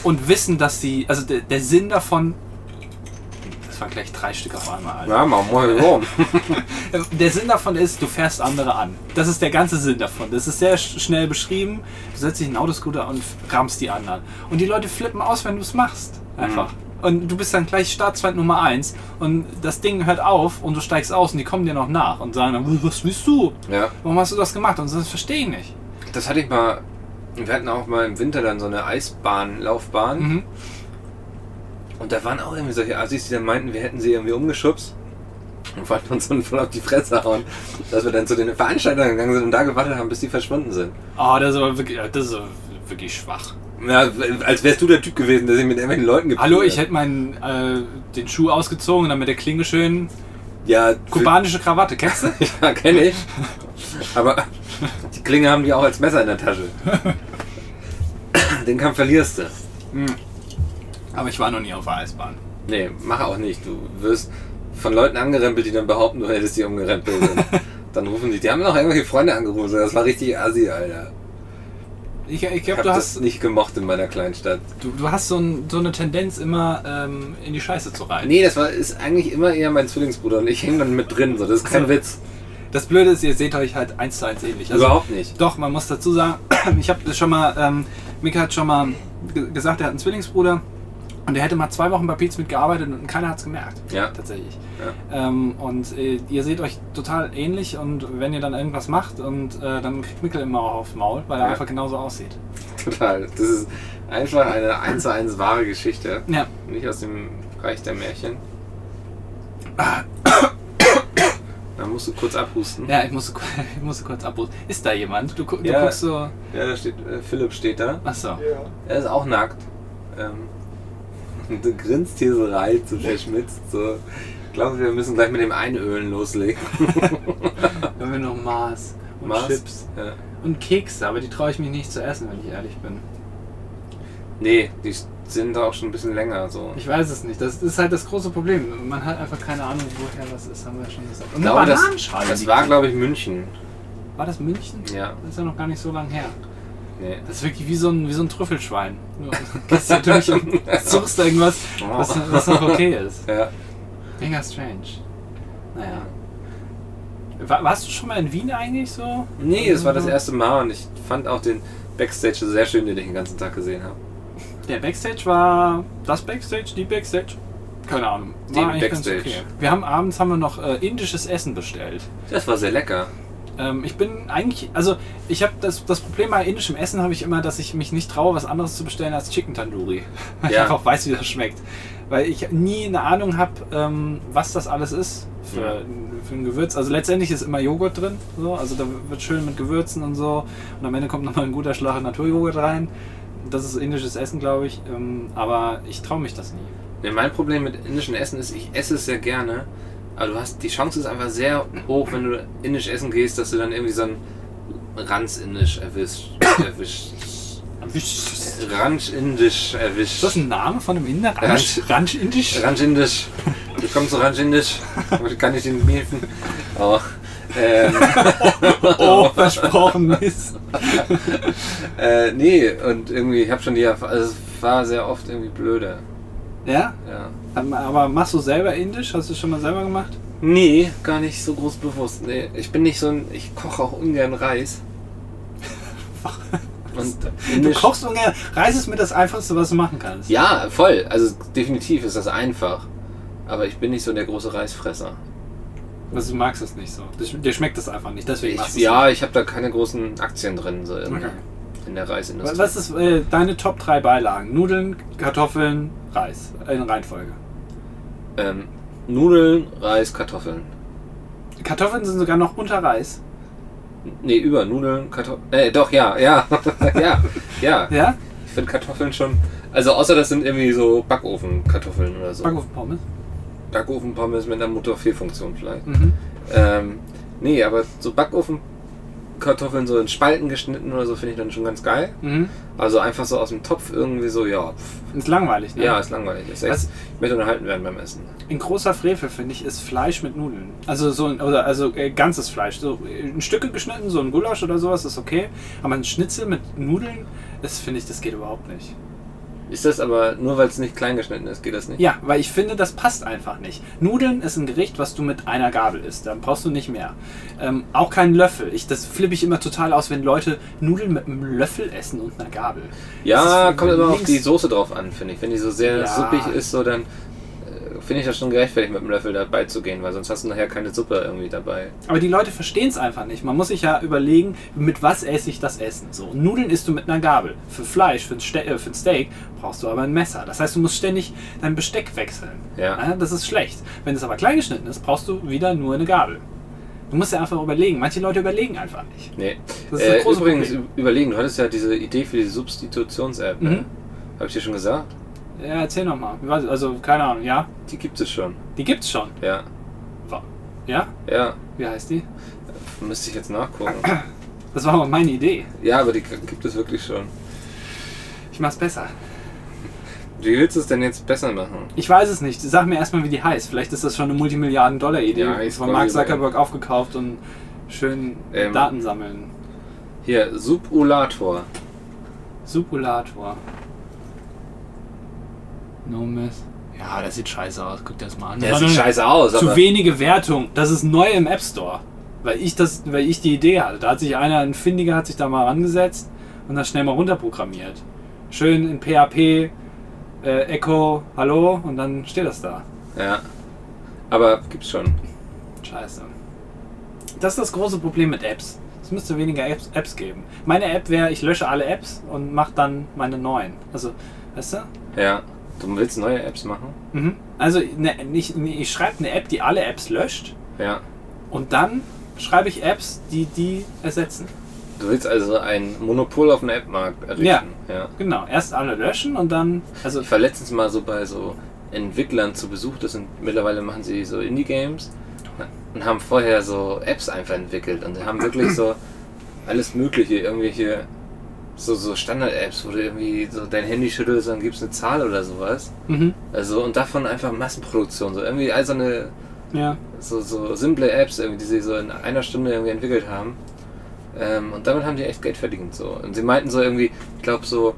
Speaker 1: und wissen, dass sie, also der, der Sinn davon, das waren gleich drei Stück auf einmal, Alter.
Speaker 2: ja, mal, <laughs> mal, warum?
Speaker 1: Der Sinn davon ist, du fährst andere an. Das ist der ganze Sinn davon. Das ist sehr sch- schnell beschrieben. Du setzt dich in einen Autoscooter und rammst die anderen. Und die Leute flippen aus, wenn du es machst. Einfach. Und du bist dann gleich Staatsfeind Nummer eins. Und das Ding hört auf und du steigst aus und die kommen dir noch nach und sagen dann, was willst du?
Speaker 2: Ja,
Speaker 1: Warum hast du das gemacht? Und das verstehe ich nicht.
Speaker 2: das hatte ich mal. Wir hatten auch mal im Winter dann so eine Eisbahnlaufbahn
Speaker 1: Mhm.
Speaker 2: und da waren auch irgendwie solche Assis, die dann meinten, wir hätten sie irgendwie umgeschubst und wollten uns dann voll auf die Fresse hauen, dass wir dann zu den Veranstaltern gegangen sind und da gewartet haben, bis die verschwunden sind.
Speaker 1: Oh, das ist aber wirklich, das ist aber wirklich schwach.
Speaker 2: Ja, als wärst du der Typ gewesen, der sich mit irgendwelchen Leuten geprügelt
Speaker 1: Hallo, ich
Speaker 2: hat.
Speaker 1: hätte meinen äh, den Schuh ausgezogen und dann mit der Klinge schön
Speaker 2: Ja,
Speaker 1: kubanische Krawatte. Kennst du?
Speaker 2: <laughs> Ja, kenne ich. Aber die Klinge haben die auch als Messer in der Tasche. Den Kampf verlierst du.
Speaker 1: <laughs> Aber ich war noch nie auf der Eisbahn.
Speaker 2: Nee, mach auch nicht. Du wirst von Leuten angerempelt, die dann behaupten, du hättest die umgerempelt. Und dann rufen die. Die haben noch irgendwelche Freunde angerufen. So, Das war richtig assi, Alter.
Speaker 1: Ich, ich
Speaker 2: Ich
Speaker 1: glaube,
Speaker 2: hab
Speaker 1: du
Speaker 2: das
Speaker 1: hast
Speaker 2: nicht gemocht in meiner kleinen Stadt.
Speaker 1: Du, du hast so, ein, so eine Tendenz, immer ähm, in die Scheiße zu rein.
Speaker 2: Nee, das war, ist eigentlich immer eher mein Zwillingsbruder und ich hänge dann mit drin. So, das ist kein
Speaker 1: So.
Speaker 2: Witz.
Speaker 1: Das Blöde ist, ihr seht euch halt eins zu eins ähnlich. Also,
Speaker 2: Überhaupt nicht.
Speaker 1: Doch, man muss dazu sagen, <clears throat> ich habe das schon mal, ähm, Mika hat schon mal ge- gesagt, er hat einen Zwillingsbruder und der hätte mal zwei Wochen bei Piz mitgearbeitet und keiner hat es gemerkt.
Speaker 2: Ja.
Speaker 1: Tatsächlich. Ähm, und äh, ihr seht euch total ähnlich und wenn ihr dann irgendwas macht und äh, dann kriegt Mikkel immer auch aufs Maul, weil er
Speaker 2: Ja.
Speaker 1: einfach genauso aussieht.
Speaker 2: Total. Das ist einfach eine 1 zu 1 wahre Geschichte.
Speaker 1: Ja.
Speaker 2: Nicht aus dem Reich der Märchen. Da musst du kurz abhusten.
Speaker 1: Ja, ich musste, ku- <laughs> ich musste kurz abrufen. Ist da jemand? Du, gu- du
Speaker 2: Ja.
Speaker 1: guckst so.
Speaker 2: Ja, da steht, äh, Philipp steht da.
Speaker 1: Achso.
Speaker 3: Ja.
Speaker 2: Er ist auch nackt. Ähm, <laughs> und du grinst hier so rein, so verschmitzt. So. Ich glaube, wir müssen gleich mit dem Einölen loslegen.
Speaker 1: Wenn wir noch Mars und
Speaker 2: Mars?
Speaker 1: Chips
Speaker 2: Ja.
Speaker 1: und Kekse, aber die traue ich mich nicht zu essen, wenn ich ehrlich bin.
Speaker 2: Nee, die sind auch schon ein bisschen länger. So.
Speaker 1: Ich weiß es nicht. Das ist halt das große Problem. Man hat einfach keine Ahnung, woher das ist, haben wir schon gesagt. Und
Speaker 2: Ich glaube, das,
Speaker 1: Bananenschale
Speaker 2: das
Speaker 1: liegt
Speaker 2: war,
Speaker 1: hier.
Speaker 2: glaube ich, München.
Speaker 1: War das München?
Speaker 2: Ja.
Speaker 1: Das ist ja noch gar nicht so lange her.
Speaker 2: Nee.
Speaker 1: Das ist wirklich wie so ein, wie so ein Trüffelschwein. Nur <laughs> gehst hier durch
Speaker 2: <laughs>
Speaker 1: und suchst irgendwas, was, was noch okay ist.
Speaker 2: Ja.
Speaker 1: Mega strange. Naja. Wa- Warst du schon mal in Wien eigentlich so?
Speaker 2: Nee, es war das erste Mal und ich fand auch den Backstage sehr schön, den ich den ganzen Tag gesehen habe.
Speaker 1: Der Backstage war das Backstage, die Backstage. Keine Ahnung. War
Speaker 2: Die
Speaker 1: eigentlich ganz
Speaker 2: Backstage.
Speaker 1: Wir haben abends haben wir noch äh, indisches Essen bestellt.
Speaker 2: Das war sehr lecker.
Speaker 1: Ähm, ich bin eigentlich, also ich habe das, das Problem bei indischem Essen habe ich immer, dass ich mich nicht traue, was anderes zu bestellen als Chicken Tandoori. <laughs> Weil ich
Speaker 2: Ja.
Speaker 1: einfach weiß, wie das schmeckt. Weil ich nie eine Ahnung habe, ähm, was das alles ist für,
Speaker 2: Ja.
Speaker 1: für ein Gewürz. Also letztendlich ist immer Joghurt drin. So. Also da wird schön mit Gewürzen und so. Und am Ende kommt nochmal ein guter Schlag Naturjoghurt rein. Das ist indisches Essen, glaube ich. Ähm, aber ich traue mich das nie.
Speaker 2: Ja, mein Problem mit indischem Essen ist, ich esse es sehr gerne, aber du hast, die Chance ist einfach sehr hoch, wenn du indisch essen gehst, dass du dann irgendwie so ein Ranz-Indisch erwischt. erwischt
Speaker 1: Ist
Speaker 2: Ranch-Indisch erwischt.
Speaker 1: das ein Name von einem Inder? Ranch,
Speaker 2: Ranch-
Speaker 1: Ranch Indisch?
Speaker 2: Ranch-Indisch. Willkommen zu Ranch-Indisch. Kann ich Ihnen helfen? Oh. Ähm,
Speaker 1: Oh, versprochen Mist.
Speaker 2: äh, nee, und irgendwie, ich habe schon die Erf- also es war sehr oft irgendwie blöde.
Speaker 1: Ja?
Speaker 2: Ja.
Speaker 1: Ähm, Aber machst du selber indisch? Hast du schon mal selber gemacht?
Speaker 2: Nee, gar nicht so groß bewusst. Nee, ich bin nicht so ein. Ich koche auch ungern Reis.
Speaker 1: <laughs>
Speaker 2: Und
Speaker 1: Du
Speaker 2: Indisch-
Speaker 1: kochst ungern. Reis ist mit das Einfachste, was du machen kannst.
Speaker 2: Ja, voll. Also definitiv ist das einfach. Aber ich bin nicht so der große Reisfresser.
Speaker 1: Also, du magst es nicht so. Das- Dir schmeckt das einfach nicht. Deswegen
Speaker 2: Ich,
Speaker 1: machst du
Speaker 2: ja, ich habe da keine großen Aktien drin, so in,
Speaker 1: Okay.
Speaker 2: in der Reisindustrie.
Speaker 1: es. Was ist äh, deine Top 3 Beilagen? Nudeln, Kartoffeln, Reis. In Reihenfolge.
Speaker 2: Ähm, Nudeln, Reis, Kartoffeln.
Speaker 1: Kartoffeln sind sogar noch unter Reis.
Speaker 2: Nee, über Nudeln, Kartoffeln. Äh, doch, ja, ja. <laughs> ja,
Speaker 1: <laughs>
Speaker 2: ja.
Speaker 1: Ja?
Speaker 2: Ich finde Kartoffeln schon. Also außer das sind irgendwie so Backofen-Kartoffeln oder so.
Speaker 1: Backofen-Pommes.
Speaker 2: Backofen-Pommes mit einer Motorfehlfunktion vielleicht.
Speaker 1: Mhm.
Speaker 2: Ähm, nee, aber so Backofen-Kartoffeln so in Spalten geschnitten oder so finde ich dann schon ganz geil.
Speaker 1: Mhm.
Speaker 2: Also einfach so aus dem Topf irgendwie so, ja, pff,
Speaker 1: Ist langweilig, ne?
Speaker 2: ja, ist langweilig. Ist echt,
Speaker 1: Was-
Speaker 2: ich möchte unterhalten werden beim Essen.
Speaker 1: Ein großer Frevel, finde ich, ist Fleisch mit Nudeln. Also so ein, oder also äh, ganzes Fleisch. So äh, in Stücke geschnitten, so ein Gulasch oder sowas ist okay. Aber ein Schnitzel mit Nudeln, das finde ich, das geht überhaupt nicht.
Speaker 2: Ist das aber nur, weil es nicht klein geschnitten ist, geht das nicht?
Speaker 1: Ja, weil ich finde, das passt einfach nicht. Nudeln ist ein Gericht, was du mit einer Gabel isst. Dann brauchst du nicht mehr. Ähm, auch keinen Löffel. Ich, das flippe ich immer total aus, wenn Leute Nudeln mit einem Löffel essen und einer Gabel.
Speaker 2: Ja,
Speaker 1: Das ist
Speaker 2: kommt immer auf
Speaker 1: links-
Speaker 2: die Soße drauf an, finde ich. Wenn die so sehr
Speaker 1: Ja.
Speaker 2: suppig ist, so dann äh, finde ich das schon gerechtfertigt, mit dem Löffel dabei zu gehen, weil sonst hast du nachher keine Suppe irgendwie dabei.
Speaker 1: Aber die Leute verstehen es einfach nicht. Man muss sich ja überlegen, mit was esse ich das Essen. So, und Nudeln isst du mit einer Gabel. Für Fleisch, für ein, Ste äh, für ein Steak brauchst du aber ein Messer. Das heißt, du musst ständig dein Besteck wechseln.
Speaker 2: Ja.
Speaker 1: das ist schlecht. Wenn es aber klein geschnitten ist, brauchst du wieder nur eine Gabel. Du musst ja einfach überlegen. Manche Leute überlegen einfach nicht.
Speaker 2: Nee.
Speaker 1: Das ist
Speaker 2: äh,
Speaker 1: ein großes
Speaker 2: übrigens,
Speaker 1: Problem.
Speaker 2: ü- überlegen, du hattest ja diese Idee für die Substitutions-App, ne?
Speaker 1: Mhm.
Speaker 2: Habe ich dir schon gesagt?
Speaker 1: Ja, erzähl nochmal. Also, keine Ahnung, ja?
Speaker 2: Die gibt es schon.
Speaker 1: Die gibt's schon.
Speaker 2: Ja.
Speaker 1: Wa- Ja?
Speaker 2: Ja.
Speaker 1: Wie heißt die?
Speaker 2: Müsste ich jetzt nachgucken.
Speaker 1: Das war aber meine Idee.
Speaker 2: Ja, aber die gibt es wirklich schon.
Speaker 1: Ich mach's besser.
Speaker 2: Wie willst du es denn jetzt besser machen?
Speaker 1: Ich weiß es nicht. Sag mir erstmal, wie die heißt. Vielleicht ist das schon eine Multimilliarden-Dollar-Idee
Speaker 2: Ja, ich
Speaker 1: von
Speaker 2: scroll
Speaker 1: Mark
Speaker 2: über-
Speaker 1: Zuckerberg aufgekauft und schön
Speaker 2: Ähm.
Speaker 1: Daten sammeln.
Speaker 2: Hier, Subulator.
Speaker 1: Supulator. No miss. Ja, das sieht scheiße aus. Guck dir das mal an.
Speaker 2: Der
Speaker 1: Das war
Speaker 2: sieht
Speaker 1: nur
Speaker 2: scheiße aus,
Speaker 1: Zu
Speaker 2: aber
Speaker 1: wenige Wertung. Das ist neu im App Store. Weil ich, das, weil ich die Idee hatte. Da hat sich einer, ein Findiger, hat sich da mal rangesetzt und das schnell mal runterprogrammiert. Schön in PHP, äh, Echo, Hallo und dann steht das da.
Speaker 2: ja. Aber gibt's schon.
Speaker 1: Scheiße. Das ist das große Problem mit Apps. Es müsste weniger Apps, Apps geben. Meine App wäre, ich lösche alle Apps und mache dann meine neuen. Also, weißt du?
Speaker 2: Ja. Du willst neue Apps machen?
Speaker 1: Mhm. Also, ne, nicht, ne, ich schreibe eine App, die alle Apps löscht
Speaker 2: Ja.
Speaker 1: und dann schreibe ich Apps, die die ersetzen.
Speaker 2: Du willst also ein Monopol auf dem App-Markt errichten. Ja. ja.
Speaker 1: Genau, erst alle löschen und dann. Also,
Speaker 2: Ich war letztens mal so bei so Entwicklern zu Besuch, das sind mittlerweile machen sie so Indie-Games und haben vorher so Apps einfach entwickelt und haben wirklich so alles Mögliche, irgendwelche so, so Standard-Apps, wo du irgendwie so dein Handy schüttelst, dann gibst eine Zahl oder sowas.
Speaker 1: mhm.
Speaker 2: Also und davon einfach Massenproduktion, so irgendwie all so eine
Speaker 1: ja.
Speaker 2: so, so simple Apps, irgendwie, die sie so in einer Stunde irgendwie entwickelt haben. Ähm, und damit haben die echt Geld verdient. So. Und sie meinten so irgendwie, ich glaube so,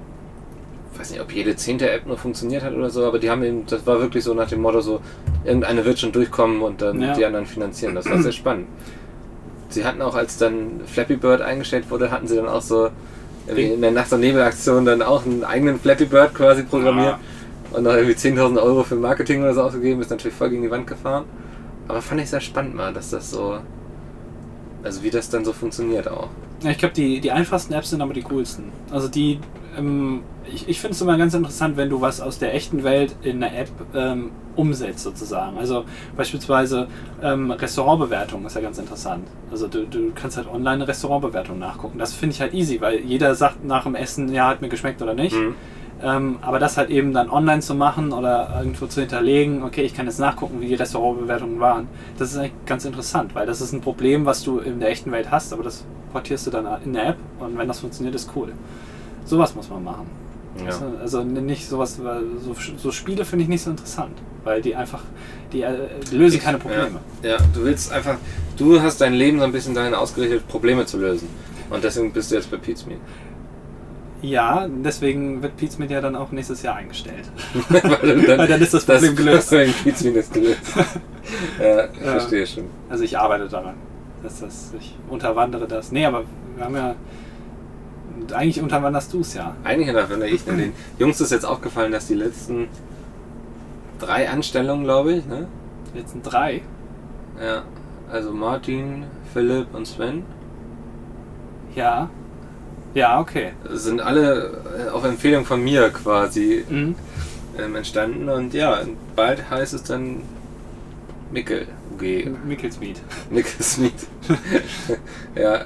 Speaker 2: ich weiß nicht, ob jede zehnte App nur funktioniert hat oder so, aber die haben eben, das war wirklich so nach dem Motto so, irgendeine wird schon durchkommen und dann
Speaker 1: Ja.
Speaker 2: die anderen finanzieren. Das war sehr spannend. Sie hatten auch, als dann Flappy Bird eingestellt wurde, hatten sie dann auch so irgendwie in der Nacht- und Nebelaktion dann auch einen eigenen Flappy Bird quasi programmiert und noch irgendwie 10.000 Euro für Marketing oder so ausgegeben, ist natürlich voll gegen die Wand gefahren. Aber fand ich sehr spannend mal, dass das so, also wie das dann so funktioniert auch.
Speaker 1: Ja, ich glaube, die, die einfachsten Apps sind aber die coolsten. Also die, ähm, ich, ich finde es immer ganz interessant, wenn du was aus der echten Welt in einer App ähm, umsetzt sozusagen. Also beispielsweise ähm, Restaurantbewertungen ist ja ganz interessant. Also du, du kannst halt online eine Restaurantbewertung nachgucken. Das finde ich halt easy, weil jeder sagt nach dem Essen, ja, hat mir geschmeckt oder
Speaker 2: Mhm.
Speaker 1: nicht. Ähm, aber das halt eben dann online zu machen oder irgendwo zu hinterlegen, okay, ich kann jetzt nachgucken, wie die Restaurantbewertungen waren, das ist eigentlich ganz interessant, weil das ist ein Problem, was du in der echten Welt hast, aber das portierst du dann in der App und wenn das funktioniert, ist cool. Sowas muss man machen.
Speaker 2: Ja.
Speaker 1: Also nicht sowas, weil so, so Spiele finde ich nicht so interessant, weil die einfach, die äh, lösen keine Probleme.
Speaker 2: Ja, du willst einfach, du hast dein Leben so ein bisschen dahin ausgerichtet, Probleme zu lösen. Und deswegen bist du jetzt bei Pete's Meat.
Speaker 1: Ja, deswegen wird Pete's Media dann auch nächstes Jahr eingestellt.
Speaker 2: <laughs> <laughs> Weil du
Speaker 1: <laughs> Weil dann ist das Problem
Speaker 2: <laughs>
Speaker 1: gelöst.
Speaker 2: Deswegen Pete's Meat ist gelöst. ja, ich
Speaker 1: Ja.
Speaker 2: verstehe schon.
Speaker 1: Also ich arbeite daran, dass das, ich unterwandere das. Nee, aber wir haben ja, eigentlich unterwanderst du es ja.
Speaker 2: Eigentlich unterwandere ich denn den. Jungs ist jetzt aufgefallen, dass die letzten drei Anstellungen, glaube ich, ne?
Speaker 1: Jetzt sind drei.
Speaker 2: Ja. Also Martin, Philipp und Sven
Speaker 1: Ja. Ja, okay.
Speaker 2: sind alle äh, auf Empfehlung von mir quasi
Speaker 1: Mhm.
Speaker 2: ähm, entstanden und ja, bald heißt es dann Mickel
Speaker 1: <laughs>
Speaker 2: UG.
Speaker 1: Mickels Meat.
Speaker 2: Mickel Smith. <laughs> ja.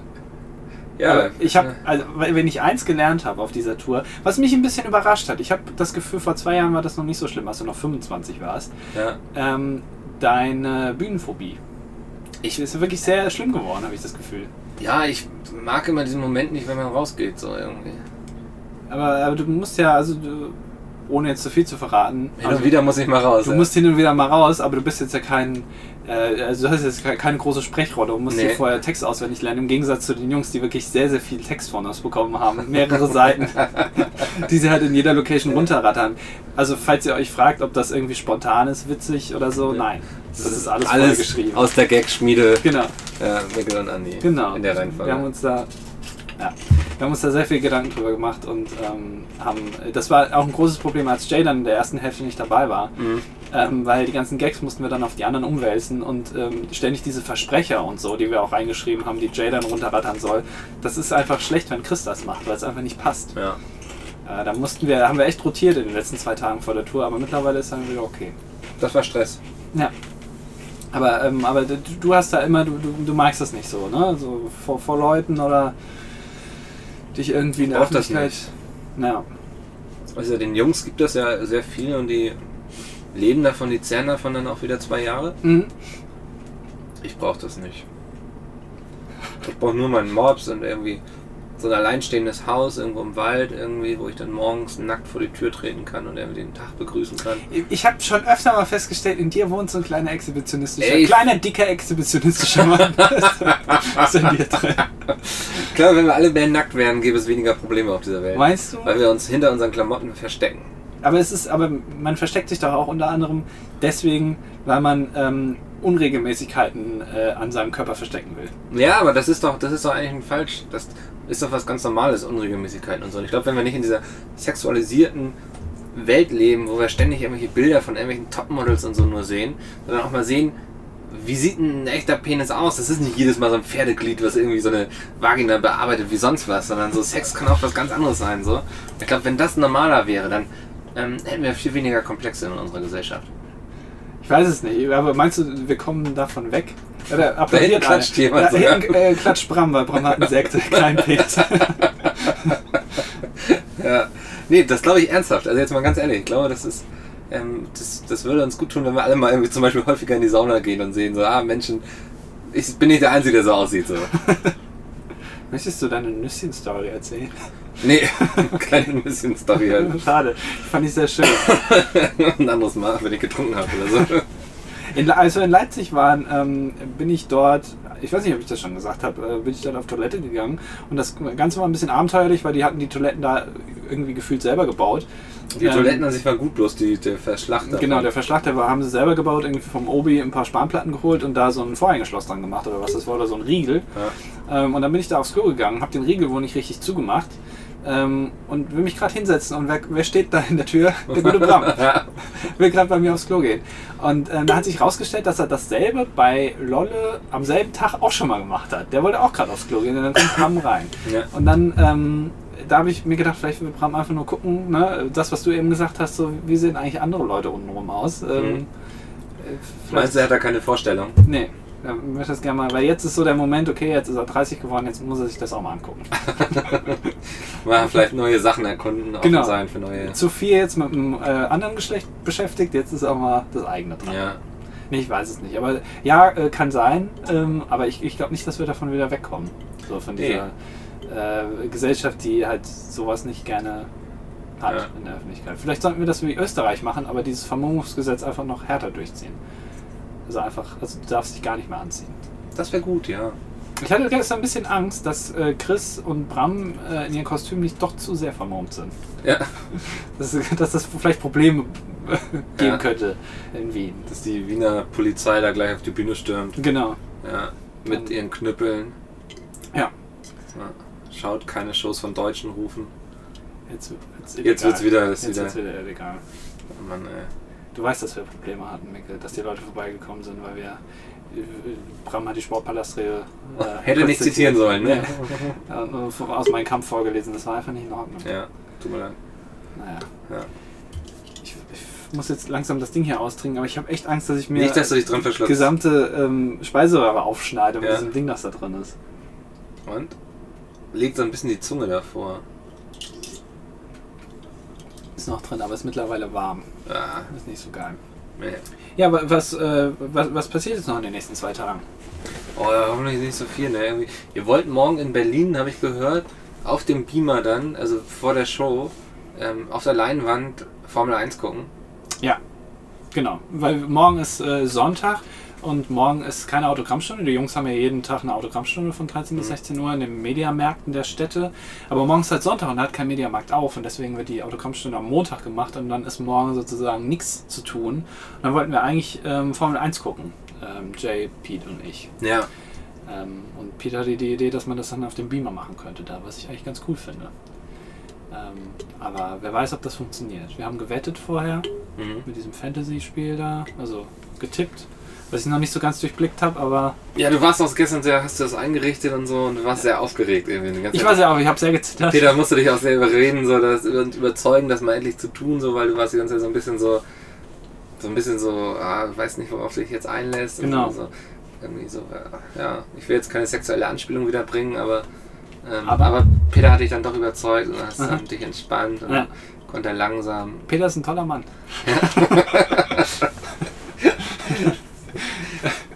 Speaker 2: Ja.
Speaker 1: Aber ich habe, also, weil- wenn ich eins gelernt habe auf dieser Tour, was mich ein bisschen überrascht hat, ich habe das Gefühl, vor zwei Jahren war das noch nicht so schlimm, als du noch 25 warst,
Speaker 2: Ja.
Speaker 1: ähm, deine Bühnenphobie. Ich ist wirklich sehr schlimm geworden, habe ich das Gefühl.
Speaker 2: ja, ich mag immer diesen Moment nicht, wenn man rausgeht, so irgendwie.
Speaker 1: Aber, aber du musst ja, also du, ohne jetzt zu viel zu verraten,
Speaker 2: Hin
Speaker 1: also,
Speaker 2: und wieder muss ich mal raus.
Speaker 1: du
Speaker 2: ja.
Speaker 1: musst hin und wieder mal raus, aber du bist jetzt ja kein, äh, also du hast jetzt ke- keine große Sprechrolle und musst
Speaker 2: Nee.
Speaker 1: dir vorher Text auswendig lernen, im Gegensatz zu den Jungs, die wirklich sehr, sehr viel Text von uns bekommen haben, mehrere
Speaker 2: <laughs>
Speaker 1: Seiten, die sie halt in jeder Location runterrattern. Also falls ihr euch fragt, ob das irgendwie spontan ist, witzig oder so,
Speaker 2: Ja.
Speaker 1: nein, das ist alles,
Speaker 2: alles
Speaker 1: vorgeschrieben.
Speaker 2: aus der Gagschmiede
Speaker 1: Genau.
Speaker 2: äh, Mickel und Andi.
Speaker 1: Genau.
Speaker 2: In der Reihenfolge.
Speaker 1: Wir haben uns da, ja, wir haben uns da sehr viel Gedanken drüber gemacht und ähm, haben, das war auch ein großes Problem, als Jay dann in der ersten Hälfte nicht dabei war,
Speaker 2: Mhm.
Speaker 1: ähm, weil die ganzen Gags mussten wir dann auf die anderen umwälzen und ähm, ständig diese Versprecher und so, die wir auch reingeschrieben haben, die Jay dann runterrattern soll, das ist einfach schlecht, wenn Chris das macht, weil es einfach nicht passt.
Speaker 2: ja.
Speaker 1: Äh, da mussten wir, haben wir echt rotiert in den letzten zwei Tagen vor der Tour, aber mittlerweile ist dann wieder okay.
Speaker 2: Das war Stress.
Speaker 1: Ja. Aber, ähm, aber du, du hast da immer, du, du, du magst das nicht so, ne? So vor, vor Leuten oder dich irgendwie in der
Speaker 2: Brauch das
Speaker 1: Öffentlichkeit. Ja.
Speaker 2: Also den Jungs gibt das ja sehr viel und die leben davon, die zehren davon dann auch wieder zwei Jahre.
Speaker 1: Mhm.
Speaker 2: Ich brauche das nicht. Ich brauche nur meinen Mops und irgendwie so ein alleinstehendes Haus irgendwo im Wald, irgendwie, wo ich dann morgens nackt vor die Tür treten kann und irgendwie den Tag begrüßen kann.
Speaker 1: Ich habe schon öfter mal festgestellt, in dir wohnt so ein kleiner exhibitionistischer,
Speaker 2: Ey.
Speaker 1: kleiner, dicker exhibitionistischer
Speaker 2: <laughs>
Speaker 1: Mann. ist in dir drin.
Speaker 2: Klar, wenn wir alle mehr nackt wären, gäbe es weniger Probleme auf dieser Welt.
Speaker 1: Meinst du?
Speaker 2: Weil wir uns hinter unseren Klamotten verstecken.
Speaker 1: Aber es ist, aber man versteckt sich doch auch unter anderem deswegen, weil man ähm, Unregelmäßigkeiten äh, an seinem Körper verstecken will.
Speaker 2: Ja, aber das ist doch, das ist doch eigentlich ein falsch. Das ist doch was ganz Normales, Unregelmäßigkeiten und so. Und ich glaube, wenn wir nicht in dieser sexualisierten Welt leben, wo wir ständig irgendwelche Bilder von irgendwelchen Topmodels und so nur sehen, sondern auch mal sehen, wie sieht ein echter Penis aus? Das ist nicht jedes Mal so ein Pferdeglied, was irgendwie so eine Vagina bearbeitet wie sonst was, sondern so Sex kann auch was ganz anderes sein. So, ich glaube, wenn das normaler wäre, dann ähm, hätten wir viel weniger Komplexe in unserer Gesellschaft.
Speaker 1: Ich weiß es nicht, aber meinst du, wir kommen davon weg? Oder applaudiert
Speaker 2: hinten
Speaker 1: einer.
Speaker 2: klatscht jemand
Speaker 1: Da
Speaker 2: sogar.
Speaker 1: hinten, äh, klatscht Bram, weil Bram hat einen sehr kleinen Penis. <laughs>
Speaker 2: Ja, nee, das glaube ich ernsthaft. Also jetzt mal ganz ehrlich, ich glaube, das ist, ähm, das, das würde uns gut tun, wenn wir alle mal irgendwie zum Beispiel häufiger in die Sauna gehen und sehen, so, ah, Menschen, ich bin nicht der Einzige, der so aussieht, so.
Speaker 1: Möchtest du deine Nüsschen-Story erzählen?
Speaker 2: Nee, <laughs> keine bisschen Story halt.
Speaker 1: Schade, fand ich sehr schön.
Speaker 2: Ein anderes Mal, wenn ich getrunken habe oder so.
Speaker 1: In, Le- als wir in Leipzig waren, ähm, bin ich dort, ich weiß nicht, ob ich das schon gesagt habe, äh, bin ich dort auf Toilette gegangen und das Ganze war ein bisschen abenteuerlich, weil die hatten die Toiletten da irgendwie gefühlt selber gebaut.
Speaker 2: Die
Speaker 1: Ähm,
Speaker 2: Toiletten an sich waren gut, bloß die, der Verschlachter.
Speaker 1: Genau, der Verschlachter war, haben sie selber gebaut, irgendwie vom Obi ein paar Spanplatten geholt und da so ein Vorhängeschloss dran gemacht oder was das war, oder so ein Riegel. Ähm, und dann bin ich da aufs Klo gegangen, habe den Riegel wohl nicht richtig zugemacht ähm, und will mich gerade hinsetzen. Und wer, wer steht da in der Tür? Der gute
Speaker 2: <laughs>
Speaker 1: Bram.
Speaker 2: Ja.
Speaker 1: will gerade bei mir aufs Klo gehen. Und ähm, da hat sich rausgestellt, dass er dasselbe bei Lolle am selben Tag auch schon mal gemacht hat. Der wollte auch gerade aufs Klo gehen und dann kommt Bram rein.
Speaker 2: Ja.
Speaker 1: Und dann, ähm, da habe ich mir gedacht, vielleicht will Bram einfach nur gucken, ne? das, was du eben gesagt hast, so, wie sehen eigentlich andere Leute untenrum aus? Ähm,
Speaker 2: Mhm.
Speaker 1: äh,
Speaker 2: Meinst du, er hat da keine Vorstellung?
Speaker 1: Nee, da möchte ich das gerne mal, weil jetzt ist so der Moment, okay, jetzt ist er 30 geworden, jetzt muss er sich das auch mal angucken.
Speaker 2: Mal vielleicht neue Sachen erkunden, offen
Speaker 1: Genau.
Speaker 2: sein für neue.
Speaker 1: Zu viel jetzt mit einem äh, anderen Geschlecht beschäftigt, jetzt ist auch mal das eigene dran.
Speaker 2: Ja.
Speaker 1: Nee, ich weiß es nicht. Aber ja, äh, kann sein. Ähm, aber ich, ich glaube nicht, dass wir davon wieder wegkommen. So von
Speaker 2: Nee.
Speaker 1: dieser äh, Gesellschaft, die halt sowas nicht gerne hat
Speaker 2: Ja.
Speaker 1: in der Öffentlichkeit. Vielleicht sollten wir das wie Österreich machen, aber dieses Vermummungsgesetz einfach noch härter durchziehen. Also einfach, also du darfst dich gar nicht mehr anziehen.
Speaker 2: Das wäre gut, ja.
Speaker 1: Ich hatte gestern ein bisschen Angst, dass äh, Chris und Bram äh, in ihren Kostümen nicht doch zu sehr vermummt sind.
Speaker 2: Ja.
Speaker 1: Dass, <laughs> dass das vielleicht Probleme äh, geben
Speaker 2: Ja.
Speaker 1: könnte in Wien.
Speaker 2: Dass die Wiener Polizei da gleich auf die Bühne stürmt.
Speaker 1: Genau.
Speaker 2: Ja. Mit ihren Knüppeln.
Speaker 1: Ja.
Speaker 2: Ja. Schaut keine Shows von Deutschen rufen.
Speaker 1: Jetzt, wird's
Speaker 2: Jetzt wird's wieder- ist
Speaker 1: jetzt
Speaker 2: wieder-
Speaker 1: wird's wieder illegal.
Speaker 2: Oh Mann, ey.
Speaker 1: Du weißt, dass wir Probleme hatten, Mikkel, dass die Leute vorbeigekommen sind, weil wir. äh, Bram hat die Sportpalastrehe. äh,
Speaker 2: Hätte
Speaker 1: kurz
Speaker 2: nicht zitieren
Speaker 1: <laughs>
Speaker 2: sollen, ne?
Speaker 1: Äh, äh, aus meinem Kampf vorgelesen. Das war einfach nicht in Ordnung.
Speaker 2: Ja, tut mir leid.
Speaker 1: Naja.
Speaker 2: Ja.
Speaker 1: Ich, ich muss jetzt langsam das Ding hier austrinken, aber ich habe echt Angst, dass ich mir
Speaker 2: Nicht, dass du dich dran
Speaker 1: die
Speaker 2: verschluckst.
Speaker 1: gesamte ähm, Speiseröhre aufschneide mit
Speaker 2: Ja.
Speaker 1: diesem Ding, das da drin ist.
Speaker 2: Und? Legt so ein bisschen die Zunge davor.
Speaker 1: Ist noch drin, aber ist mittlerweile warm.
Speaker 2: Ah,
Speaker 1: Ist nicht so geil.
Speaker 2: nee.
Speaker 1: Ja, aber was, äh, was, was passiert jetzt noch in den nächsten zwei Tagen?
Speaker 2: Oh, ja, hoffentlich nicht so viel, ne? Irgendwie. Ihr wollt morgen in Berlin, habe ich gehört, auf dem Beamer dann, also vor der Show, ähm, auf der Leinwand Formel 1 gucken.
Speaker 1: Ja, genau. Weil morgen ist äh, Sonntag und morgen ist keine Autogrammstunde. Die Jungs haben ja jeden Tag eine Autogrammstunde von 13 bis 16 Uhr in den Mediamärkten der Städte. Aber morgen ist halt Sonntag und da hat kein Mediamarkt auf und deswegen wird die Autogrammstunde am Montag gemacht und dann ist morgen sozusagen nichts zu tun. Und dann wollten wir eigentlich ähm, Formel 1 gucken. Ähm, Jay, Pete und ich.
Speaker 2: Ja.
Speaker 1: Ähm, und Peter hatte die Idee, dass man das dann auf dem Beamer machen könnte, da, was ich eigentlich ganz cool finde. Ähm, aber wer weiß, ob das funktioniert. Wir haben gewettet vorher
Speaker 2: Mhm.
Speaker 1: mit diesem Fantasy-Spiel da, also getippt, was ich noch nicht so ganz durchblickt habe, aber
Speaker 2: Ja, du warst auch gestern sehr, hast du das eingerichtet und so und du warst sehr aufgeregt irgendwie. die ganze
Speaker 1: ich
Speaker 2: Zeit.
Speaker 1: weiß ja auch, ich habe sehr gezittert.
Speaker 2: <laughs> Peter musste dich auch sehr überreden, so das und überzeugen, das mal endlich zu tun, so weil du warst die ganze Zeit so ein bisschen so, so ein bisschen so, ah, weiß nicht, worauf du dich jetzt einlässt.
Speaker 1: Genau.
Speaker 2: Und so, irgendwie so, äh, ja, ich will jetzt keine sexuelle Anspielung wieder bringen, aber, ähm,
Speaker 1: Aber-
Speaker 2: aber, Peter hat dich dann doch überzeugt und hast
Speaker 1: Aha.
Speaker 2: dann dich entspannt und
Speaker 1: Ja.
Speaker 2: konnte
Speaker 1: <laughs>
Speaker 2: langsam. <laughs>
Speaker 1: Peter ist ein toller Mann.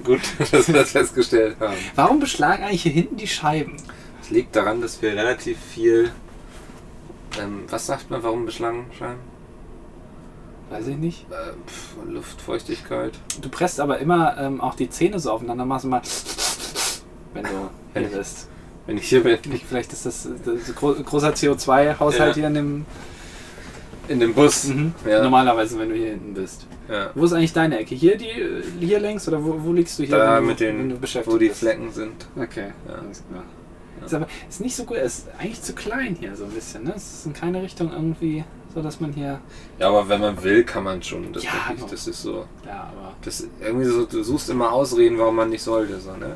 Speaker 2: Gut, <laughs> dass wir das festgestellt haben.
Speaker 1: Warum beschlagen eigentlich hier hinten die Scheiben?
Speaker 2: Es liegt daran, dass wir relativ viel. Ähm, was sagt man, warum beschlagen scheinen?
Speaker 1: Weiß ich nicht.
Speaker 2: Äh, pf, Luftfeuchtigkeit.
Speaker 1: Du presst aber immer ähm, auch die Zähne so aufeinander, machst immer, wenn du hier
Speaker 2: Ehrlich?
Speaker 1: bist.
Speaker 2: Wenn ich hier bin, <laughs>
Speaker 1: Nicht, vielleicht ist das, das ist gro- großer CO2-Haushalt
Speaker 2: Ja.
Speaker 1: hier in dem. mhm.
Speaker 2: in dem Bus. Ja.
Speaker 1: Normalerweise, wenn du hier hinten bist.
Speaker 2: Ja.
Speaker 1: Wo ist eigentlich deine Ecke? Hier die, äh, hier längs oder wo, wo liegst du hier,
Speaker 2: Da
Speaker 1: wenn du,
Speaker 2: mit
Speaker 1: wenn
Speaker 2: den,
Speaker 1: du beschäftigt
Speaker 2: wo die
Speaker 1: bist?
Speaker 2: Flecken sind.
Speaker 1: Okay,
Speaker 2: Ja.
Speaker 1: alles klar. Ist aber ist nicht so gut, ist eigentlich zu klein hier so ein bisschen, ne? Es ist in keine Richtung irgendwie, so dass man hier.
Speaker 2: Ja, aber wenn man will, kann man schon. Das,
Speaker 1: Ja,
Speaker 2: wirklich,
Speaker 1: genau.
Speaker 2: das ist so.
Speaker 1: Ja, aber.
Speaker 2: Das ist irgendwie so, du suchst immer Ausreden, warum man nicht sollte. So, ne?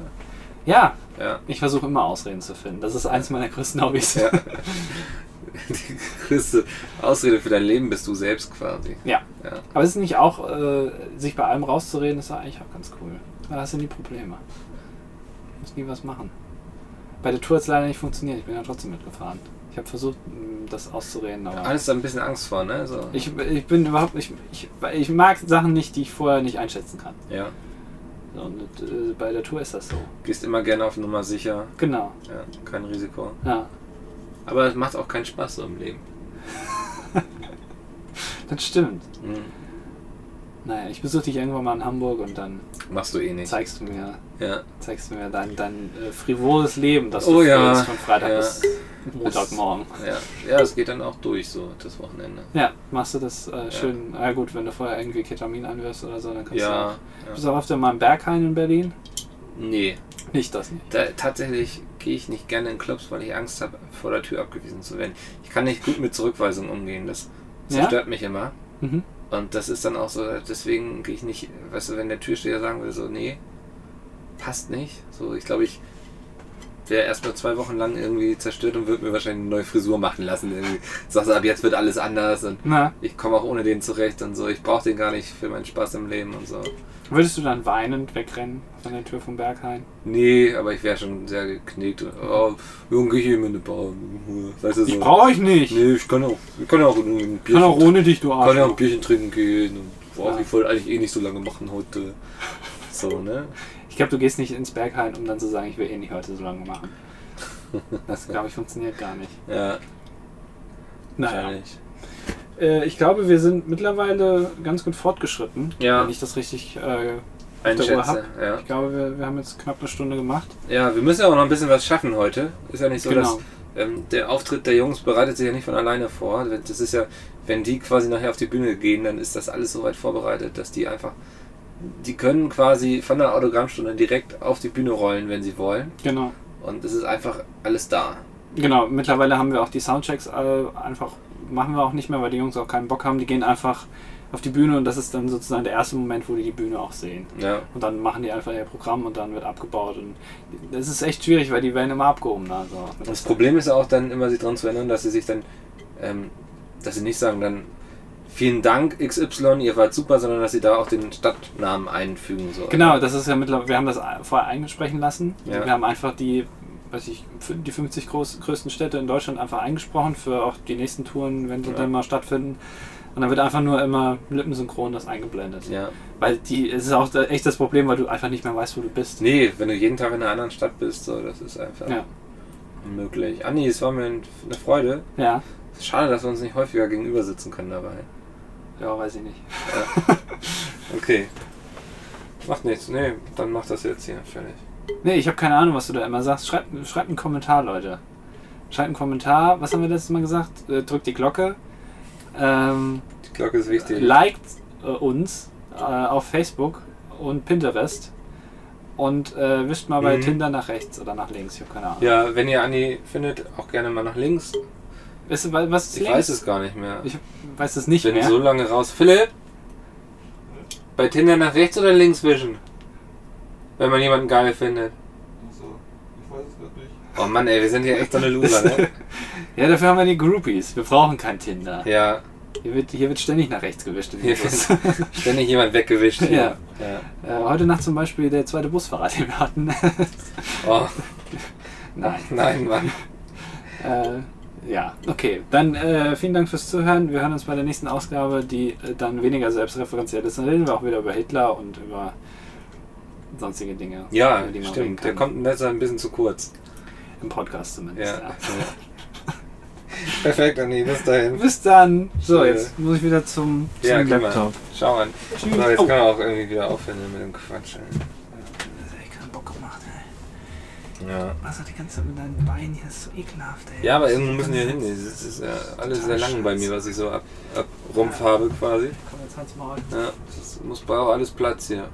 Speaker 1: Ja,
Speaker 2: Ja.
Speaker 1: ich versuche immer Ausreden zu finden. Das ist eins meiner größten Hobbys.
Speaker 2: ja. <laughs> Die größte Ausrede für dein Leben bist du selbst quasi.
Speaker 1: <laughs> Ja.
Speaker 2: Ja.
Speaker 1: Aber es ist nicht auch, äh, sich bei allem rauszureden, ist ja eigentlich auch ganz cool. Da hast du nie Probleme. Du musst nie was machen. Bei der Tour hat es leider nicht funktioniert, ich bin ja trotzdem mitgefahren. Ich habe versucht, mh, das auszureden, aber.
Speaker 2: Alles da ein bisschen Angst vor, ne? So.
Speaker 1: Ich, ich bin überhaupt nicht. Ich, ich mag Sachen nicht, die ich vorher nicht einschätzen kann.
Speaker 2: ja.
Speaker 1: Und äh, bei der Tour ist das so.
Speaker 2: Gehst immer gerne auf Nummer sicher.
Speaker 1: Genau.
Speaker 2: Ja, kein Risiko.
Speaker 1: Ja,
Speaker 2: Aber es macht auch keinen Spaß so im Leben.
Speaker 1: das stimmt.
Speaker 2: Mhm.
Speaker 1: Naja, ich besuche dich irgendwann mal in Hamburg und dann
Speaker 2: Machst du eh nicht.
Speaker 1: zeigst du mir,
Speaker 2: Ja.
Speaker 1: zeigst du mir dein, dein äh, frivoles Leben, das
Speaker 2: Oh
Speaker 1: du
Speaker 2: ja,
Speaker 1: führst von Freitag
Speaker 2: ja.
Speaker 1: bis Montagmorgen.
Speaker 2: Ja, ja, es geht dann auch durch so das Wochenende.
Speaker 1: Ja, machst du das äh, schön. Ja. gut, wenn du vorher irgendwie Ketamin anwirfst oder so, dann kannst du.
Speaker 2: Ja,
Speaker 1: auch- Bist du auch öfter mal im Berghain in Berlin?
Speaker 2: nee.
Speaker 1: Nicht das nicht.
Speaker 2: Da, tatsächlich gehe ich nicht gerne in Clubs, weil ich Angst habe, vor der Tür abgewiesen zu werden. Ich kann nicht gut mit Zurückweisungen umgehen. Das
Speaker 1: Ja?
Speaker 2: zerstört mich immer.
Speaker 1: Mhm.
Speaker 2: Und das ist dann auch so, deswegen gehe ich nicht, weißt du, wenn der Türsteher sagen will, so, nee, passt nicht. So, ich glaube, ich wäre erstmal zwei Wochen lang irgendwie zerstört und würde mir wahrscheinlich eine neue Frisur machen lassen. Irgendwie. Sagst du, ab jetzt wird alles anders und
Speaker 1: Na,
Speaker 2: ich komme auch ohne den zurecht und so. Ich brauche den gar nicht für meinen Spaß im Leben und so.
Speaker 1: würdest du dann weinend wegrennen von der Tür vom Berghain?
Speaker 2: Nee, aber ich wäre schon sehr geknickt. und, Oh, Junge, ich mir eine Bar. Weißt du, so.
Speaker 1: Ich brauche euch nicht!
Speaker 2: Nee, ich kann auch, ich kann auch ein
Speaker 1: Ich kann auch
Speaker 2: Bierchen,
Speaker 1: ohne dich, du
Speaker 2: kann ja auch
Speaker 1: Arsch.
Speaker 2: ein Bierchen trinken gehen. Und, boah,
Speaker 1: Ja.
Speaker 2: ich wollte eigentlich eh nicht so lange machen
Speaker 1: <laughs>
Speaker 2: heute. So, ne?
Speaker 1: Ich glaube, du gehst nicht ins Berghain, um dann zu sagen, ich will eh nicht heute so lange machen. Das, glaube ich, funktioniert gar nicht.
Speaker 2: Ja,
Speaker 1: Naja.
Speaker 2: wahrscheinlich.
Speaker 1: Äh, ich glaube, wir sind mittlerweile ganz gut fortgeschritten,
Speaker 2: Ja.
Speaker 1: wenn ich das richtig äh,
Speaker 2: Einschätze, ja.
Speaker 1: Ich glaube, wir, wir haben jetzt knapp eine Stunde gemacht.
Speaker 2: Ja, wir müssen ja auch noch ein bisschen was schaffen heute. Ist ja nicht so,
Speaker 1: Genau.
Speaker 2: dass ähm, der Auftritt der Jungs bereitet sich ja nicht von alleine vor. Das ist ja, wenn die quasi nachher auf die Bühne gehen, dann ist das alles so weit vorbereitet, dass die einfach, die können quasi von der Autogrammstunde direkt auf die Bühne rollen, wenn sie wollen.
Speaker 1: Genau.
Speaker 2: Und es ist einfach alles da.
Speaker 1: Genau, mittlerweile haben wir auch die Soundchecks äh, einfach, machen wir auch nicht mehr, weil die Jungs auch keinen Bock haben. Die gehen einfach auf die Bühne und das ist dann sozusagen der erste Moment, wo die die Bühne auch sehen.
Speaker 2: Ja,
Speaker 1: Und dann machen die einfach ihr Programm und dann wird abgebaut. Und das ist echt schwierig, weil die werden immer abgehoben. Also.
Speaker 2: Das Problem ist auch dann immer, sich daran zu erinnern, dass sie sich dann, ähm, dass sie nicht sagen, dann vielen Dank XY, ihr wart super, sondern dass sie da auch den Stadtnamen einfügen sollen.
Speaker 1: Genau, das ist ja mittlerweile, wir haben das vorher eingesprechen lassen.
Speaker 2: Ja.
Speaker 1: Wir haben einfach die, weiß ich, fün- die 50 groß, größten Städte in Deutschland einfach eingesprochen für auch die nächsten Touren, wenn sie
Speaker 2: Ja.
Speaker 1: dann mal stattfinden. Und dann wird einfach nur immer lippensynchron das eingeblendet.
Speaker 2: Ja.
Speaker 1: Weil die, es ist auch da- echt das Problem, weil du einfach nicht mehr weißt, wo du bist.
Speaker 2: Nee, wenn du jeden Tag in einer anderen Stadt bist, so, das ist einfach
Speaker 1: Ja.
Speaker 2: unmöglich. Anni, es war mir ein- eine Freude.
Speaker 1: Ja.
Speaker 2: Schade, dass wir uns nicht häufiger gegenüber sitzen können dabei.
Speaker 1: Ja, weiß ich nicht.
Speaker 2: Okay. Macht nichts. Nee, dann mach das jetzt hier. Fertig.
Speaker 1: Nee, ich habe keine Ahnung, was du da immer sagst. Schreibt, schreibt einen Kommentar, Leute. Schreibt einen Kommentar. Was haben wir letztes Mal gesagt? Äh, drückt die Glocke. Ähm,
Speaker 2: Die Glocke ist wichtig.
Speaker 1: liked äh, uns äh, auf Facebook und Pinterest. Und äh, wischt mal bei
Speaker 2: Mhm.
Speaker 1: Tinder nach rechts oder nach links. Ich habe keine Ahnung.
Speaker 2: ja, wenn ihr Anni findet, auch gerne mal nach links.
Speaker 1: Ist, wa- was ist
Speaker 2: Ich
Speaker 1: links?
Speaker 2: weiß es gar nicht mehr.
Speaker 1: Ich weiß es nicht
Speaker 2: Ich bin
Speaker 1: mehr.
Speaker 2: so lange raus. Philipp, bei Tinder nach rechts oder links wischen? Wenn man jemanden geil findet.
Speaker 3: Also, ich weiß es gerade nicht.
Speaker 2: Oh Mann, ey, wir sind hier echt so eine Loser,
Speaker 1: <laughs>
Speaker 2: ne?
Speaker 1: ja, dafür haben wir die Groupies. Wir brauchen kein Tinder.
Speaker 2: Ja,
Speaker 1: Hier, wird, hier wird ständig nach rechts gewischt. in den
Speaker 2: Hier
Speaker 1: Videos.
Speaker 2: ständig jemand weggewischt.
Speaker 1: Ja.
Speaker 2: ja.
Speaker 1: <laughs> Äh, heute Nacht zum Beispiel der zweite Busfahrer, den wir hatten. <laughs>
Speaker 2: Oh,
Speaker 1: Nein.
Speaker 2: <laughs> nein, Mann.
Speaker 1: Äh, ja, okay. Dann äh, vielen Dank fürs Zuhören. Wir hören uns bei der nächsten Ausgabe, die äh, dann weniger selbstreferenziell ist. Dann reden wir auch wieder über Hitler und über sonstige Dinge.
Speaker 2: Ja,
Speaker 1: über die man reden
Speaker 2: stimmt.
Speaker 1: kann.
Speaker 2: Der kommt in letzter Zeit ein bisschen zu kurz.
Speaker 1: im Podcast zumindest.
Speaker 2: Ja.
Speaker 1: Ja.
Speaker 2: Perfekt, Anni, bis dahin.
Speaker 1: Bis dann. So,
Speaker 2: Ja.
Speaker 1: jetzt muss ich wieder zum, zum
Speaker 2: Ja, guck mal.
Speaker 1: Laptop.
Speaker 2: Schau an. So,
Speaker 1: Tschüss.
Speaker 2: jetzt
Speaker 1: Oh.
Speaker 2: kann man auch irgendwie wieder aufhören mit dem Quatsch. ey.
Speaker 1: Das hat echt Also, keinen Bock gemacht, ey.
Speaker 2: Ja.
Speaker 1: Was hat die ganze Zeit mit deinen Beinen hier? Das ist so ekelhaft, ey.
Speaker 2: Ja, aber irgendwo müssen wir hin. Das ist ja alles sehr lang bei mir, was ich so ab, ab Rumpf habe quasi.
Speaker 1: Komm, jetzt halt's mal.
Speaker 2: Ja, es muss bei auch alles Platz hier.